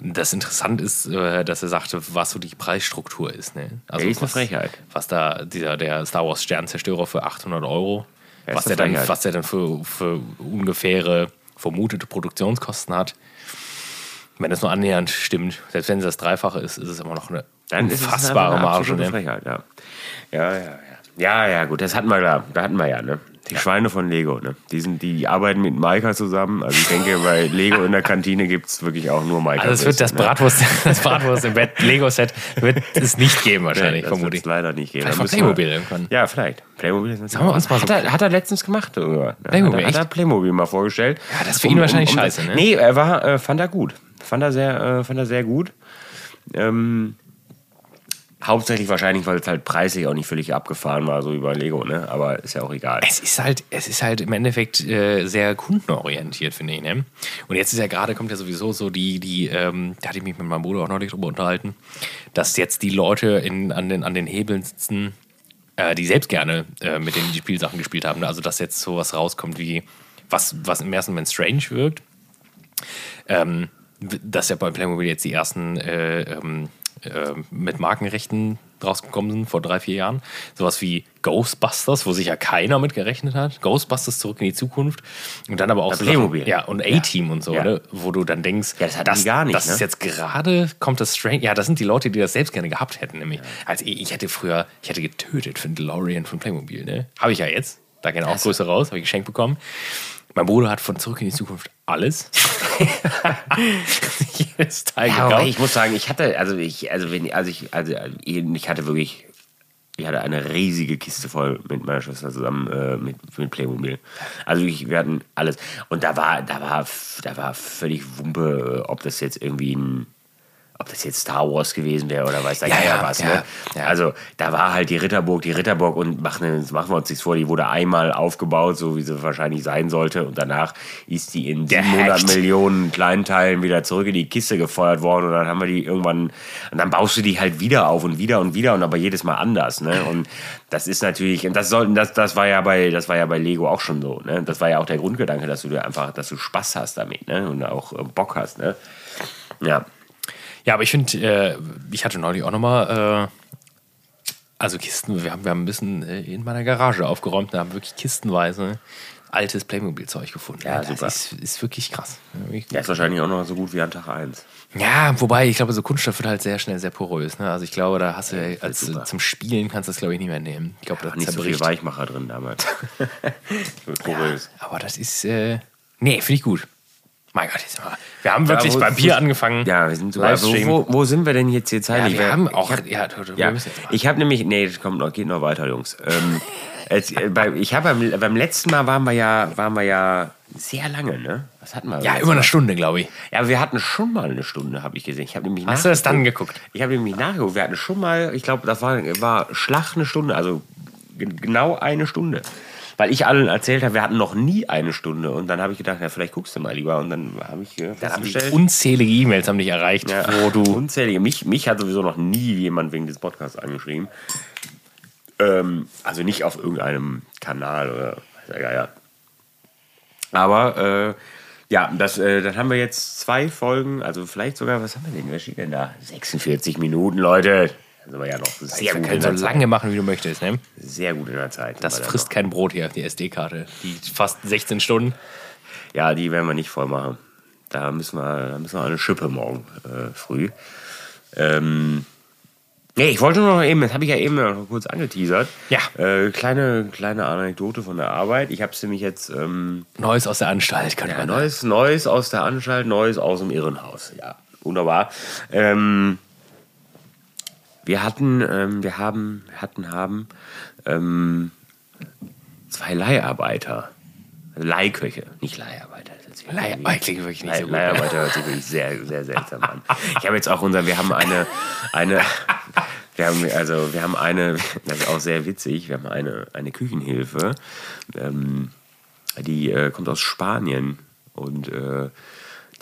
B: Das interessant ist, äh, dass er sagte, was so die Preisstruktur ist. Ne? Also
A: Ja, ist eine
B: was,
A: Frechheit.
B: Was da dieser, der Star Wars Sternzerstörer für 800 Euro,
A: Ja, ist
B: was
A: eine
B: er dann,
A: Frechheit.
B: was er dann für, für ungefähre vermutete Produktionskosten hat. Wenn das nur annähernd stimmt, selbst wenn es das Dreifache ist, ist es immer noch eine
A: ist es einfach
B: unfassbare
A: eine
B: Marge.
A: absolute
B: Ne?
A: Frechheit, ja. Ja, ja, ja. Ja, ja, gut, das hatten wir da. Da hatten wir ja, ne? Die Schweine von Lego, ne? Die, sind, die arbeiten mit Maika zusammen. Also ich denke, bei Lego in der Kantine gibt es wirklich auch nur Maika.
B: Also es wird das
A: ne?
B: Bratwurst, das Bratwurst im Bett, Lego-Set wird es nicht geben wahrscheinlich,
A: das wird's
B: vermutlich.
A: leider nicht gehen.
B: Vielleicht
A: Da
B: von
A: müssen
B: Playmobil
A: wir-
B: irgendwann.
A: Ja, vielleicht. Playmobil ist
B: Sagen wir uns mal so-
A: hat, er, hat er letztens gemacht. Oder?
B: Playmobil,
A: hat, er, hat er
B: echt?
A: Playmobil mal vorgestellt. Um-
B: Ja, das ist für ihn wahrscheinlich scheiße, ne?
A: Nee, er war, äh, fand er gut. Fand er sehr, äh, fand er sehr gut. Ähm, hauptsächlich wahrscheinlich, weil es halt preislich auch nicht völlig abgefahren war, so über Lego, ne? Aber ist ja auch egal.
B: Es ist halt, es ist halt im Endeffekt äh, sehr kundenorientiert, finde ich. Ne? Und jetzt ist ja gerade, kommt ja sowieso so die, die, ähm, da hatte ich mich mit meinem Bruder auch neulich drüber unterhalten, dass jetzt die Leute in, an, den, an den Hebeln sitzen, äh, die selbst gerne äh, mit den Spielsachen gespielt haben. Ne? Also dass jetzt sowas rauskommt wie, was, was im ersten Moment strange wirkt. Ähm, dass ja bei Playmobil jetzt die ersten äh, ähm, äh, mit Markenrechten rausgekommen sind vor drei, vier Jahren. Sowas wie Ghostbusters, wo sich ja keiner mit gerechnet hat. Ghostbusters zurück in die Zukunft. Und dann aber auch so
A: Playmobil.
B: Sachen, ja, und A-Team und so,
A: Ja.
B: ne? wo du dann denkst,
A: Ja, das hatten die gar nicht,
B: das
A: ne?
B: ist jetzt gerade, kommt das strange. Ja, das sind die Leute, die das selbst gerne gehabt hätten, nämlich. Also ich, ich hätte früher, ich hätte getötet für einen DeLorean von Playmobil, ne? Habe ich ja jetzt. Da gehen auch Grüße raus, habe ich geschenkt bekommen. Mein Bruder hat von Zurück in die Zukunft alles. Jedes Teil
A: Ja, aber
B: gekauft.
A: ich muss sagen, ich hatte, also ich, also wenn, also ich, also ich hatte wirklich, ich hatte eine riesige Kiste voll mit meiner Schwester zusammen äh, mit, mit Playmobil. Also ich, wir hatten alles. Und da war, da war, da war völlig Wumpe, äh, ob das jetzt irgendwie ein ob das jetzt Star Wars gewesen wäre oder weiß da
B: Ja,
A: ja,
B: ja,
A: was.
B: ja,
A: ne?
B: ja.
A: Also da war halt die Ritterburg, die Ritterburg und machen, machen wir uns nichts vor, die wurde einmal aufgebaut, so wie sie wahrscheinlich sein sollte und danach ist die in
B: Gehackt.
A: 700 Millionen kleinen Teilen wieder zurück in die Kiste gefeuert worden und dann haben wir die irgendwann und dann baust du die halt wieder auf und wieder und wieder und aber jedes Mal anders. Ne? Und das ist natürlich, und das sollten, das, das war ja bei, das war ja bei Lego auch schon so. Ne? Das war ja auch der Grundgedanke, dass du dir einfach, dass du Spaß hast damit, ne? Und auch äh, Bock hast, ne? Ja.
B: Ja, aber ich finde, äh, ich hatte neulich auch nochmal, äh, also Kisten, wir haben, wir haben ein bisschen äh, in meiner Garage aufgeräumt, da haben wirklich kistenweise altes Playmobil-Zeug gefunden.
A: Ja,
B: das
A: super.
B: Ist, ist wirklich krass.
A: Der ist wahrscheinlich auch noch so gut wie an Tag 1.
B: Ja, wobei, ich glaube, so Kunststoff wird halt sehr schnell sehr porös. Ne? Also ich glaube, da hast du ja als,
A: super.
B: zum Spielen kannst du das, glaube ich, nicht mehr nehmen. Ich glaube, das
A: Nicht so
B: zerbricht.
A: viel Weichmacher drin damals. So Porös.
B: aber das ist, äh, nee, finde ich gut. Mein Gott, jetzt mal. wir haben wirklich
A: wo-
B: beim Bier angefangen.
A: Ja, wir sind so
B: Livestream.
A: wo, wo sind wir denn jetzt hier
B: ja,
A: zeitlich?
B: wir
A: Weil-
B: haben auch, ja, du- du- wir
A: Ja,
B: müssen jetzt mal.
A: ich habe nämlich, nee, das kommt noch, geht noch weiter, Jungs. Ähm, jetzt, äh, bei, ich habe beim, beim letzten Mal waren wir ja, waren wir ja sehr lange, ne? Was hatten wir? beim
B: ja,
A: letzten
B: über eine
A: Mal?
B: Stunde, glaube ich.
A: Ja, aber wir hatten schon mal eine Stunde, habe ich gesehen. Ich habe nämlich
B: Hast du das dann
A: nachgeguckt.
B: geguckt?
A: Ich habe nämlich nachgeguckt. Wir hatten schon mal, ich glaube, das war, war Schlag eine Stunde, also ge- genau eine Stunde. Weil ich allen erzählt habe, wir hatten noch nie eine Stunde. Und dann habe ich gedacht, ja, vielleicht guckst du mal lieber. Und dann habe ich äh,
B: Dann haben Also die
A: festgestellt,
B: unzählige E-Mails haben dich erreicht,
A: ja,
B: wo du.
A: unzählige. Mich, mich hat sowieso noch nie jemand wegen des Podcasts angeschrieben. Ähm, also nicht auf irgendeinem Kanal oder weiß ja, ja. Aber äh, ja, das, äh, dann haben wir jetzt zwei Folgen, also vielleicht sogar, was haben wir denn? Was steht denn da? 46 Minuten, Leute. Da sind wir ja noch sehr
B: Wir
A: gut, also-
B: können
A: in
B: so
A: der Zeit.
B: lange machen, wie du möchtest. Ne?
A: sehr gut in der Zeit. sind
B: Das
A: wir da
B: frisst kein Brot hier auf die SD-Karte. Die fast 16 Stunden.
A: noch. Ja, die werden wir nicht voll machen. Da müssen wir, da müssen wir eine Schippe morgen äh, früh. Ähm, nee, ich wollte nur noch eben, das habe ich ja eben noch kurz angeteasert.
B: Ja.
A: Äh, kleine, kleine Anekdote von der Arbeit. Ich habe es nämlich jetzt. Ähm,
B: Neues aus der Anstalt, kann
A: Ja, ne?
B: man sagen.
A: Neues, Neues aus der Anstalt, Neues aus dem Irrenhaus. Ja, wunderbar. Ähm, wir hatten, ähm, wir haben, hatten, haben ähm, zwei Leiharbeiter. Leihköche, nicht Leiharbeiter. Das ist
B: Leih-
A: irgendwie-
B: Oh, klingt wirklich nicht
A: Leih-
B: so gut.
A: Leiharbeiter hört sich wirklich sehr, sehr seltsam an. Ich habe jetzt auch unser, wir haben eine, eine, wir haben, also wir haben eine, das ist auch sehr witzig, wir haben eine, eine Küchenhilfe, ähm, die äh, kommt aus Spanien und äh,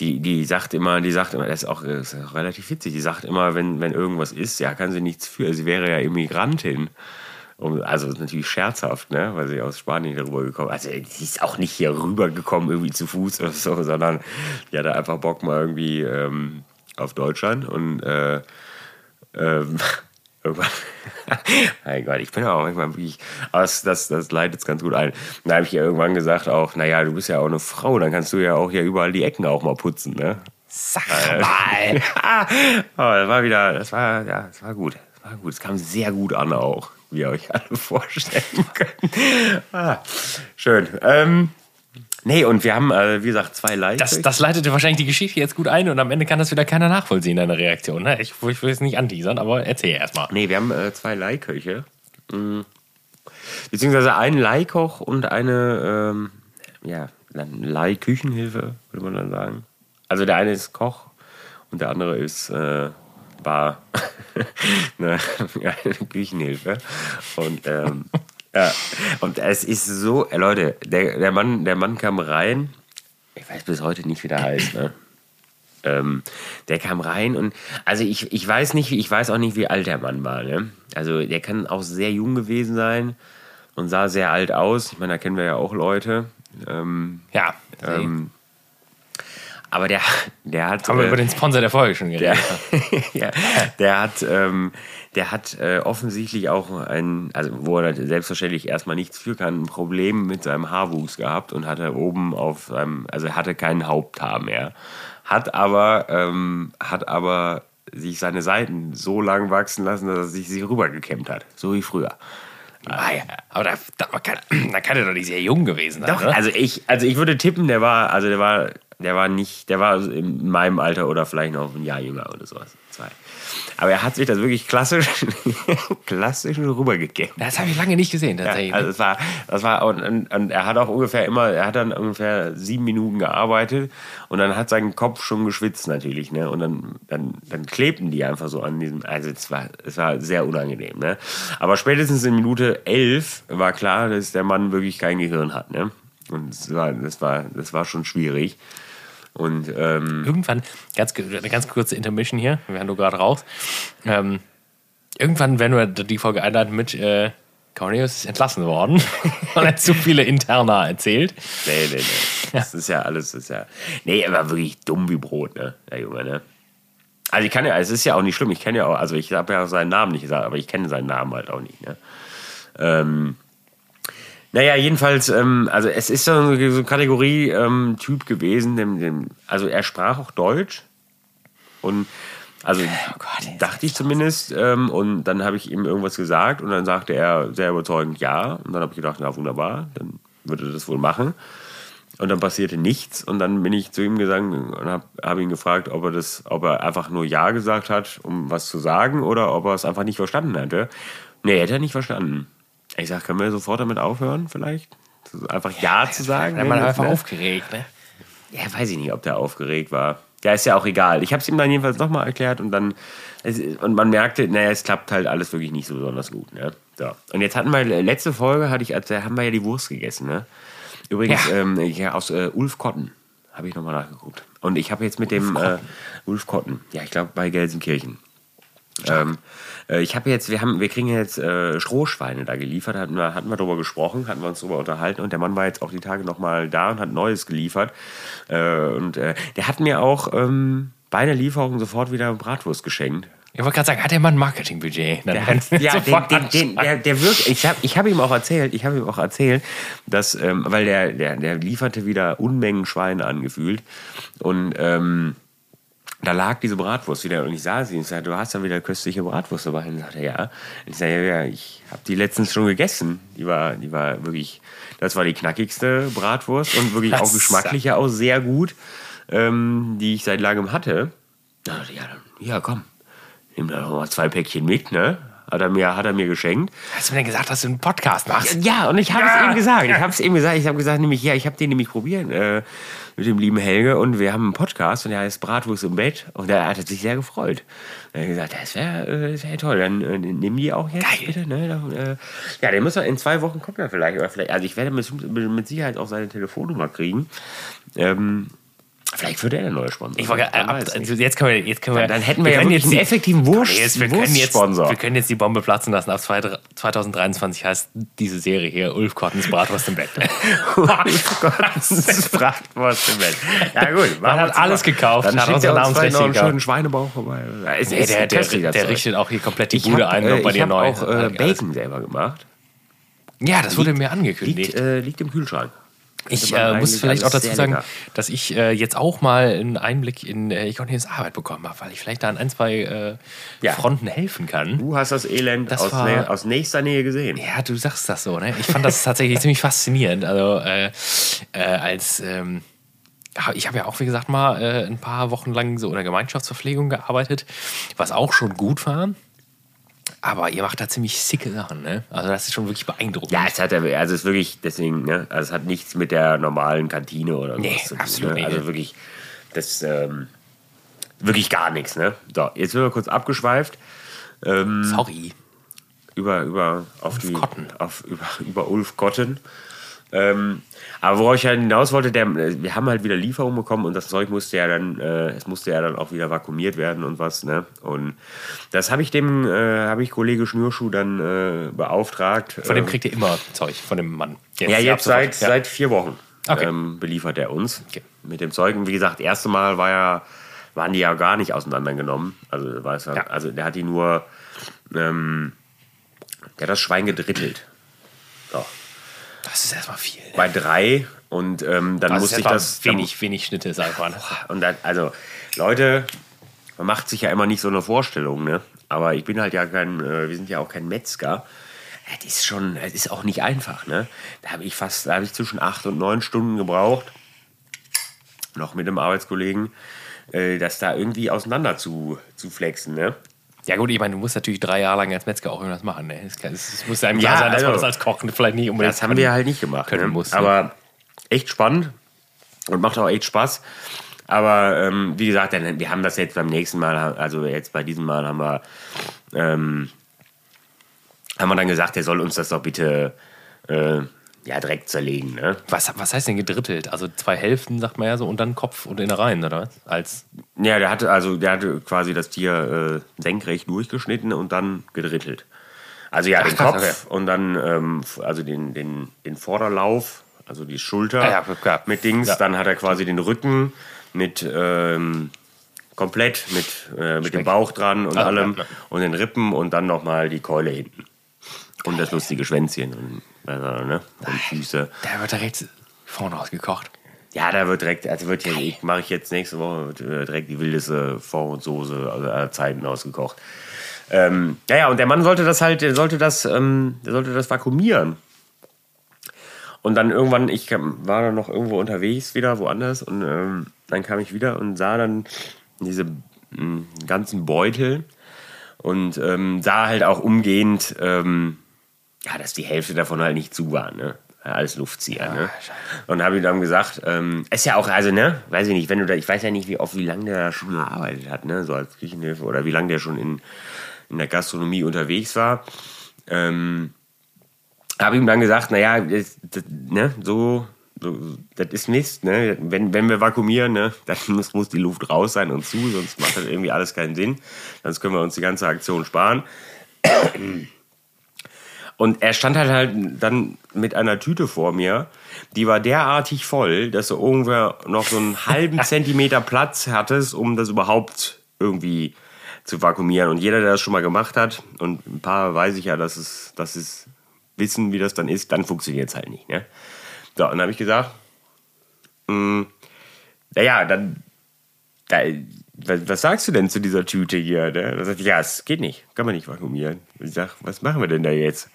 A: die, die sagt immer, die sagt immer, das ist auch, das ist auch relativ witzig, die sagt immer, wenn, wenn irgendwas ist, ja, kann sie nichts für, sie wäre ja Immigrantin. Um, also das ist natürlich scherzhaft, ne? weil sie aus Spanien hier rübergekommen Also sie ist auch nicht hier rübergekommen irgendwie zu Fuß oder so, sondern die hatte einfach Bock mal irgendwie ähm, auf Deutschland und äh, ähm, irgendwann. mein Gott, ich bin aber auch manchmal wirklich. Aber das, das, das leitet es ganz gut ein. Da habe ich ihr irgendwann gesagt auch, naja, du bist ja auch eine Frau, dann kannst du ja auch hier überall die Ecken auch mal putzen, ne?
B: Sag mal.
A: Ah, aber das war wieder, das war, ja, das war gut. Das war gut. Es kam sehr gut an auch, wie ihr euch alle vorstellen könnt. Ah, schön. Ähm, nee, und wir haben, äh, wie gesagt, zwei Likes.
B: Das, das leitet dir wahrscheinlich die Geschichte jetzt gut ein und am Ende kann das wieder keiner nachvollziehen, deine Reaktion. Ne? Ich, ich will jetzt nicht anteasern, aber erzähl erstmal.
A: Nee, wir haben äh, zwei Leihköche. Mm. Beziehungsweise einen Leihkoch und eine ähm, ja, dann Leihküchenhilfe, würde man dann sagen. Also der eine ist Koch und der andere ist äh, Bar. ne? ja, Küchenhilfe. Und, ähm, ja. und es ist so, äh, Leute, der, der, Mann, der Mann kam rein. Ich weiß bis heute nicht, wie der heißt. Ne? Ähm, der kam rein und also ich, ich weiß nicht, ich weiß auch nicht, wie alt der Mann war. Ne? Also der kann auch sehr jung gewesen sein und sah sehr alt aus. Ich meine, da kennen wir ja auch Leute. Ähm,
B: Ja,
A: ähm, aber der, der hat.
B: haben wir
A: äh,
B: über den Sponsor der Folge schon
A: der,
B: geredet.
A: ja, der hat, ähm, der hat äh, offensichtlich auch ein, also wo er selbstverständlich erstmal nichts für kann, ein Problem mit seinem Haarwuchs gehabt und hatte oben auf seinem, also er hatte keinen Haupthaar mehr. Hat aber, ähm, hat aber sich seine Seiten so lang wachsen lassen, dass er sich sie rübergekämmt hat. So wie früher.
B: Ah, ja. Aber da, da, man kann, da kann er doch nicht sehr jung gewesen sein.
A: Doch,
B: oder?
A: also ich, also ich würde tippen, der war, also der war, der war nicht, der war in meinem Alter oder vielleicht noch ein Jahr jünger oder sowas. Zwei. Aber er hat sich das wirklich klassisch, klassisch rübergegeben.
B: Das habe ich lange nicht gesehen, tatsächlich.
A: Ja, also es war, das war und, und, und er hat auch ungefähr immer, er hat dann ungefähr sieben Minuten gearbeitet und dann hat sein Kopf schon geschwitzt natürlich, ne? Und dann, dann, dann klebten die einfach so an diesem, also es war, es war sehr unangenehm, ne? Aber spätestens in Minute elf war klar, dass der Mann wirklich kein Gehirn hat, ne? Und es war, das war, das war schon schwierig. Und ähm,
B: irgendwann, ganz, eine ganz kurze Intermission hier, wir haben nur gerade raus. Ähm, irgendwann, wenn wir die Folge einladen mit äh, Cornelius ist entlassen worden, weil er zu viele Interna erzählt.
A: nee, nee, nee. Das ist ja alles, das ist ja. Nee, er war wirklich dumm wie Brot, ne? Der Junge, ne? Also ich kann ja, es ist ja auch nicht schlimm, ich kenne ja auch, also ich habe ja seinen Namen nicht gesagt, aber ich kenne seinen Namen halt auch nicht, ne? Ähm, naja, jedenfalls, ähm, also es ist so eine, so eine Kategorie ähm, Typ gewesen, dem, dem, also er sprach auch Deutsch und also
B: Gott, jetzt
A: dachte ich zumindest ähm, und dann habe ich ihm irgendwas gesagt und dann sagte er sehr überzeugend ja und dann habe ich gedacht, na wunderbar, dann würde er das wohl machen und dann passierte nichts und dann bin ich zu ihm gegangen und habe hab ihn gefragt, ob er das, ob er einfach nur ja gesagt hat, um was zu sagen oder ob er es einfach nicht verstanden hätte. Nee, hätte er nicht verstanden. Ich sag, können wir sofort damit aufhören vielleicht? Das ist Einfach ja, zu sagen.
B: Dann war
A: wenn
B: er
A: das-
B: einfach
A: ne?
B: aufgeregt, ne?
A: Ja, weiß ich nicht, ob der aufgeregt war. Ja, ist ja auch egal. Ich habe es ihm dann jedenfalls nochmal erklärt und dann es, und man merkte, naja, es klappt halt alles wirklich nicht so besonders gut. Ne? So. Und jetzt hatten wir äh, letzte Folge hatte ich, also, da haben wir ja die Wurst gegessen. Ne? Übrigens
B: Ja.
A: ähm, ja, aus äh, Ulf Kotten habe ich nochmal nachgeguckt. Und ich habe jetzt mit dem äh, Ulf Kotten, ja, ich glaube bei Gelsenkirchen. Ähm, äh, ich habe jetzt, wir haben, wir kriegen jetzt äh, Strohschweine da geliefert, hatten wir, hatten wir darüber gesprochen, hatten wir uns darüber unterhalten und der Mann war jetzt auch die Tage nochmal da und hat Neues geliefert. Äh, und äh, der hat mir auch ähm, bei der Lieferung sofort wieder Bratwurst geschenkt.
B: Ich wollte gerade sagen, hat der mal ein Marketingbudget? Dann
A: Der hat,
B: kannst du
A: ja, den,
B: sofort
A: den, den, der, der wirkt, ich habe ich hab ihm auch erzählt, ich habe ihm auch erzählt, dass, ähm, weil der, der, der lieferte wieder Unmengen Schweine angefühlt und ähm, da lag diese Bratwurst wieder und ich sah sie und ich sagte, du hast da wieder köstliche Bratwurst dabei. Und sagte, ja. Und ich sagte, ja, ja, ich habe die letztens schon gegessen. Die war, die war wirklich, das war die knackigste Bratwurst und wirklich auch
B: Das-
A: geschmacklich ja auch sehr gut, ähm, die ich seit langem hatte. Da dachte ich, ja, dann, ja, komm, nimm da noch mal zwei Päckchen mit, ne? Hat er mir, hat er mir geschenkt.
B: Hast du mir denn gesagt, dass du einen Podcast machst?
A: Ja, und ich habe
B: Ja.
A: es ihm gesagt. Ich habe es ihm gesagt. Ich habe gesagt, nämlich, ja, ich habe den nämlich probiert äh, mit dem lieben Helge und wir haben einen Podcast und der heißt Bratwurst im Bett und er hat sich sehr gefreut. Er hat gesagt, das wäre äh, das wär toll. Dann äh, nimm die auch jetzt
B: Geil.
A: bitte. Ne? Dann, äh, ja, den müssen wir in zwei Wochen kommt er vielleicht oder vielleicht. Also ich werde mit, mit Sicherheit auch seine Telefonnummer kriegen. Ähm, vielleicht wird er der neue Sponsor.
B: Ich wollte, äh,
A: Man
B: ab,
A: weiß nicht.
B: also jetzt können wir, jetzt können wir,
A: Dann- dann hätten wir ja
B: können
A: wirklich einen effektiven Wurst-
B: Jetzt, wir, können jetzt,
A: Wurstsponsor.
B: wir können jetzt die Bombe platzen lassen. Ab zwei- 2023 heißt diese Serie hier Ulf Kottens Bratwurst im Bett.
A: Oh Gottes Bratwurst im Bett. Ja gut,
B: Man hat
A: wir
B: alles
A: zu.
B: gekauft,
A: Dann
B: hat
A: schickt
B: uns
A: er
B: den
A: uns vielleicht
B: Namensrechte
A: noch einen
B: gekauft.
A: schönen Schweinebauch vorbei. Es
B: Nee,
A: ist
B: der, der,
A: köstlich,
B: der,
A: das Zeug.
B: richtet auch hier komplett die
A: Ich
B: Bude
A: hab,
B: ein, ob
A: äh,
B: bei
A: ich
B: dir
A: habe
B: neu.
A: auch äh, Bacon selber gemacht.
B: ja, das wurde mir
A: Liegt,
B: angekündigt.
A: äh, liegt im Kühlschrank.
B: Ich
A: man
B: äh, muss
A: eigentlich
B: vielleicht auch
A: alles
B: dazu
A: sehr
B: sagen,
A: lecker.
B: dass ich äh, jetzt auch mal einen Einblick in äh, Econius Arbeit bekommen habe, weil ich vielleicht da an ein, zwei äh,
A: Ja.
B: Fronten helfen kann.
A: Du hast das Elend
B: Das
A: aus,
B: war-
A: nä aus nächster Nähe gesehen.
B: Ja, du sagst das so, ne? Ich fand das tatsächlich ziemlich faszinierend. Also, äh, äh, als. Ähm, hab- ich habe ja auch, wie gesagt, mal äh, ein paar Wochen lang so in der Gemeinschaftsverpflegung gearbeitet, was auch schon gut war. Aber ihr macht da ziemlich sicke Sachen, ne? Also, das ist schon wirklich beeindruckend.
A: Ja, es hat ja- also es ist wirklich deswegen, ne, also es hat nichts mit der normalen Kantine oder so
B: Nee,
A: zu tun.
B: absolut
A: ne?
B: nicht.
A: Also wirklich, das ähm, wirklich gar nichts. Ne, so jetzt sind wir kurz abgeschweift. Ähm,
B: Sorry.
A: über, über auf die,
B: Cotton.
A: Auf, über, über Ulf Cotton. Ähm, aber worauf ich halt hinaus wollte, der, wir haben halt wieder Lieferung bekommen und das Zeug musste ja dann, äh, es musste ja dann auch wieder vakuumiert werden und was, ne? Und das habe ich dem, äh, habe ich Kollege Schnürschuh dann äh, beauftragt.
B: Von dem
A: ähm,
B: kriegt ihr immer Zeug, von dem Mann.
A: ja,
B: ab
A: jetzt
B: sofort.
A: seit, seit vier Wochen
B: Okay.
A: ähm, beliefert er uns
B: Okay.
A: mit dem Zeug. Und wie gesagt, das erste Mal war ja, waren die ja gar nicht auseinandergenommen. Also, war es ja,
B: Ja.
A: also der hat die nur, ähm, der hat das Schwein gedrittelt. So,
B: Das ist erstmal viel. Ne?
A: bei drei und ähm, dann
B: Das ist
A: musste ich
B: erstmal
A: das.
B: Wenig, wenig Schnitte, sag ich mal. ne?
A: Und dann, also, Leute, man macht sich ja immer nicht so eine Vorstellung, ne? Aber ich bin halt ja kein, äh, wir sind ja auch kein Metzger. Das ist schon, das ist auch nicht einfach, ne? Da habe ich fast, da habe ich zwischen acht und neun Stunden gebraucht, noch mit dem Arbeitskollegen, äh, das da irgendwie auseinander zu, zu flexen, ne?
B: Ja gut, ich meine, du musst natürlich drei Jahre lang als Metzger auch irgendwas machen. Ne? Es, kann- es, es muss einem
A: Ja,
B: klar sein, dass man
A: also-
B: das als Koch vielleicht nicht unbedingt
A: Das haben wir halt nicht gemacht.
B: können
A: ne?
B: muss, ne?
A: Aber echt spannend und macht auch echt Spaß. Aber ähm, wie gesagt, dann- wir haben das jetzt beim nächsten Mal, also jetzt bei diesem Mal haben wir, ähm, haben wir dann gesagt, der soll uns das doch bitte äh, ja, direkt zerlegen. Ne?
B: Was, was heißt denn gedrittelt? Also zwei Hälften, sagt man ja so, und dann Kopf und Innereien, oder was? Als,
A: Ja, der hatte also, der hatte quasi das Tier äh, senkrecht durchgeschnitten und dann gedrittelt. Also ja, den
B: krass,
A: Kopf und dann ähm, f- also den, den, den Vorderlauf, also die Schulter
B: Ah ja, klar.
A: mit Dings.
B: Ja.
A: Dann hat er quasi den Rücken mit ähm, komplett mit, äh, mit dem Bauch dran und
B: Ah,
A: allem
B: ja, ja.
A: und den Rippen und dann nochmal die Keule hinten. Und das lustige Schwänzchen und, äh, ne? und Füße.
B: der wird direkt vorne ausgekocht.
A: Ja, da wird direkt, also wird hier, mache ich jetzt nächste Woche wird, äh, direkt die wildeste Fond und Soße aller aller Zeiten ausgekocht. Ähm, ja, ja, und der Mann sollte das halt, der sollte das, ähm, der sollte das vakuumieren. Und dann irgendwann, ich kam, war dann noch irgendwo unterwegs wieder, woanders, und ähm, dann kam ich wieder und sah dann diese mh, ganzen Beutel und ähm, sah halt auch umgehend, ähm, ja, dass die Hälfte davon halt nicht zu war, ne? Ja, Alles Luftzieher, ne? Und habe ihm dann gesagt, ähm, ist ja auch, also, ne, weiß ich nicht, wenn du da, ich weiß ja nicht, wie oft, wie lange der schon gearbeitet hat, ne, so als Küchenhilfe oder wie lange der schon in, in der Gastronomie unterwegs war. Ähm, habe ihm dann gesagt, naja, das, das, ne, so, so, das ist Mist, ne, wenn, wenn wir vakuumieren, ne, dann muss, muss die Luft raus sein und zu, sonst macht das irgendwie alles keinen Sinn. Sonst können wir uns die ganze Aktion sparen. Und er stand halt, halt dann mit einer Tüte vor mir, die war derartig voll, dass du irgendwer noch so einen halben Zentimeter Platz hattest, um das überhaupt irgendwie zu vakuumieren. Und jeder, der das schon mal gemacht hat, und ein paar weiß ich ja, dass es, dass es wissen, wie das dann ist, dann funktioniert es halt nicht. Ne? So, und dann habe ich gesagt, mh, naja, dann da, was, was sagst du denn zu dieser Tüte hier? Ne? Da sagt, ja, es geht nicht, kann man nicht vakuumieren. Ich sag, was machen wir denn da jetzt?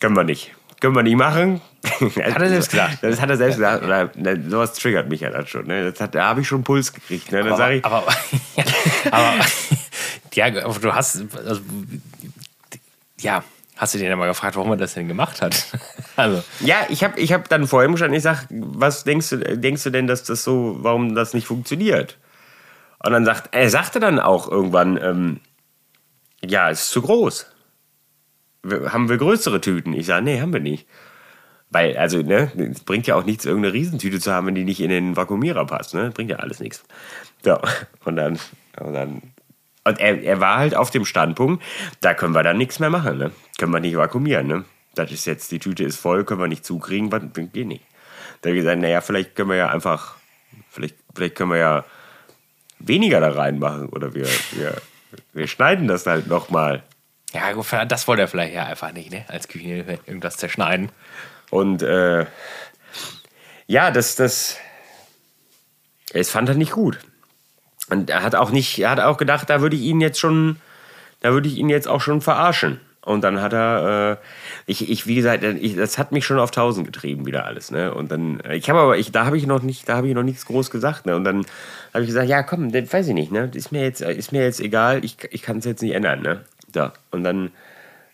A: Können wir nicht. Können wir nicht machen. Hat
B: er selbst gesagt.
A: Das hat er selbst gesagt. Oder, ne, sowas triggert mich ja dann schon. Ne? Das hat, da habe ich schon einen Puls gekriegt. Ne? Dann sage ich,
B: aber, aber, ja, aber du hast, also, ja, hast du den ja mal gefragt, warum er das denn gemacht hat? Also,
A: ja, ich habe ich hab dann vor ihm gestanden. Ich sage, was denkst du, denkst du denn, dass das so, warum das nicht funktioniert? Und dann sagt, er sagte dann auch irgendwann, ähm, ja, es ist zu groß. Wir, haben wir größere Tüten? Ich sage, nee, haben wir nicht. Weil, also, ne, es bringt ja auch nichts, irgendeine Riesentüte zu haben, wenn die nicht in den Vakuumierer passt, ne? Bringt ja alles nichts. So, und dann, und dann. Und er, er war halt auf dem Standpunkt, da können wir dann nichts mehr machen, ne? Können wir nicht vakuumieren, ne? Das ist jetzt, die Tüte ist voll, können wir nicht zukriegen, was, geht nicht. Da habe ich gesagt, naja, vielleicht können wir ja einfach, vielleicht, vielleicht können wir ja weniger da reinmachen oder wir, wir, wir schneiden das halt nochmal.
B: ja, gut, das wollte er vielleicht ja einfach nicht, ne? Als Küchenhilfe irgendwas zerschneiden.
A: Und äh, ja, das, das, es fand er nicht gut. Und er hat auch nicht, er hat auch gedacht, da würde ich ihn jetzt schon, da würde ich ihn jetzt auch schon verarschen. Und dann hat er, äh, ich, ich, wie gesagt, ich, das hat mich schon auf 1000 getrieben wieder alles, ne? Und dann, ich habe aber, ich, da habe ich noch nicht, da habe ich noch nichts groß gesagt, ne? Und dann habe ich gesagt, ja, komm, das weiß ich nicht, ne? Ist mir jetzt, ist mir jetzt egal, ich, ich kann es jetzt nicht ändern, ne? Da. Und dann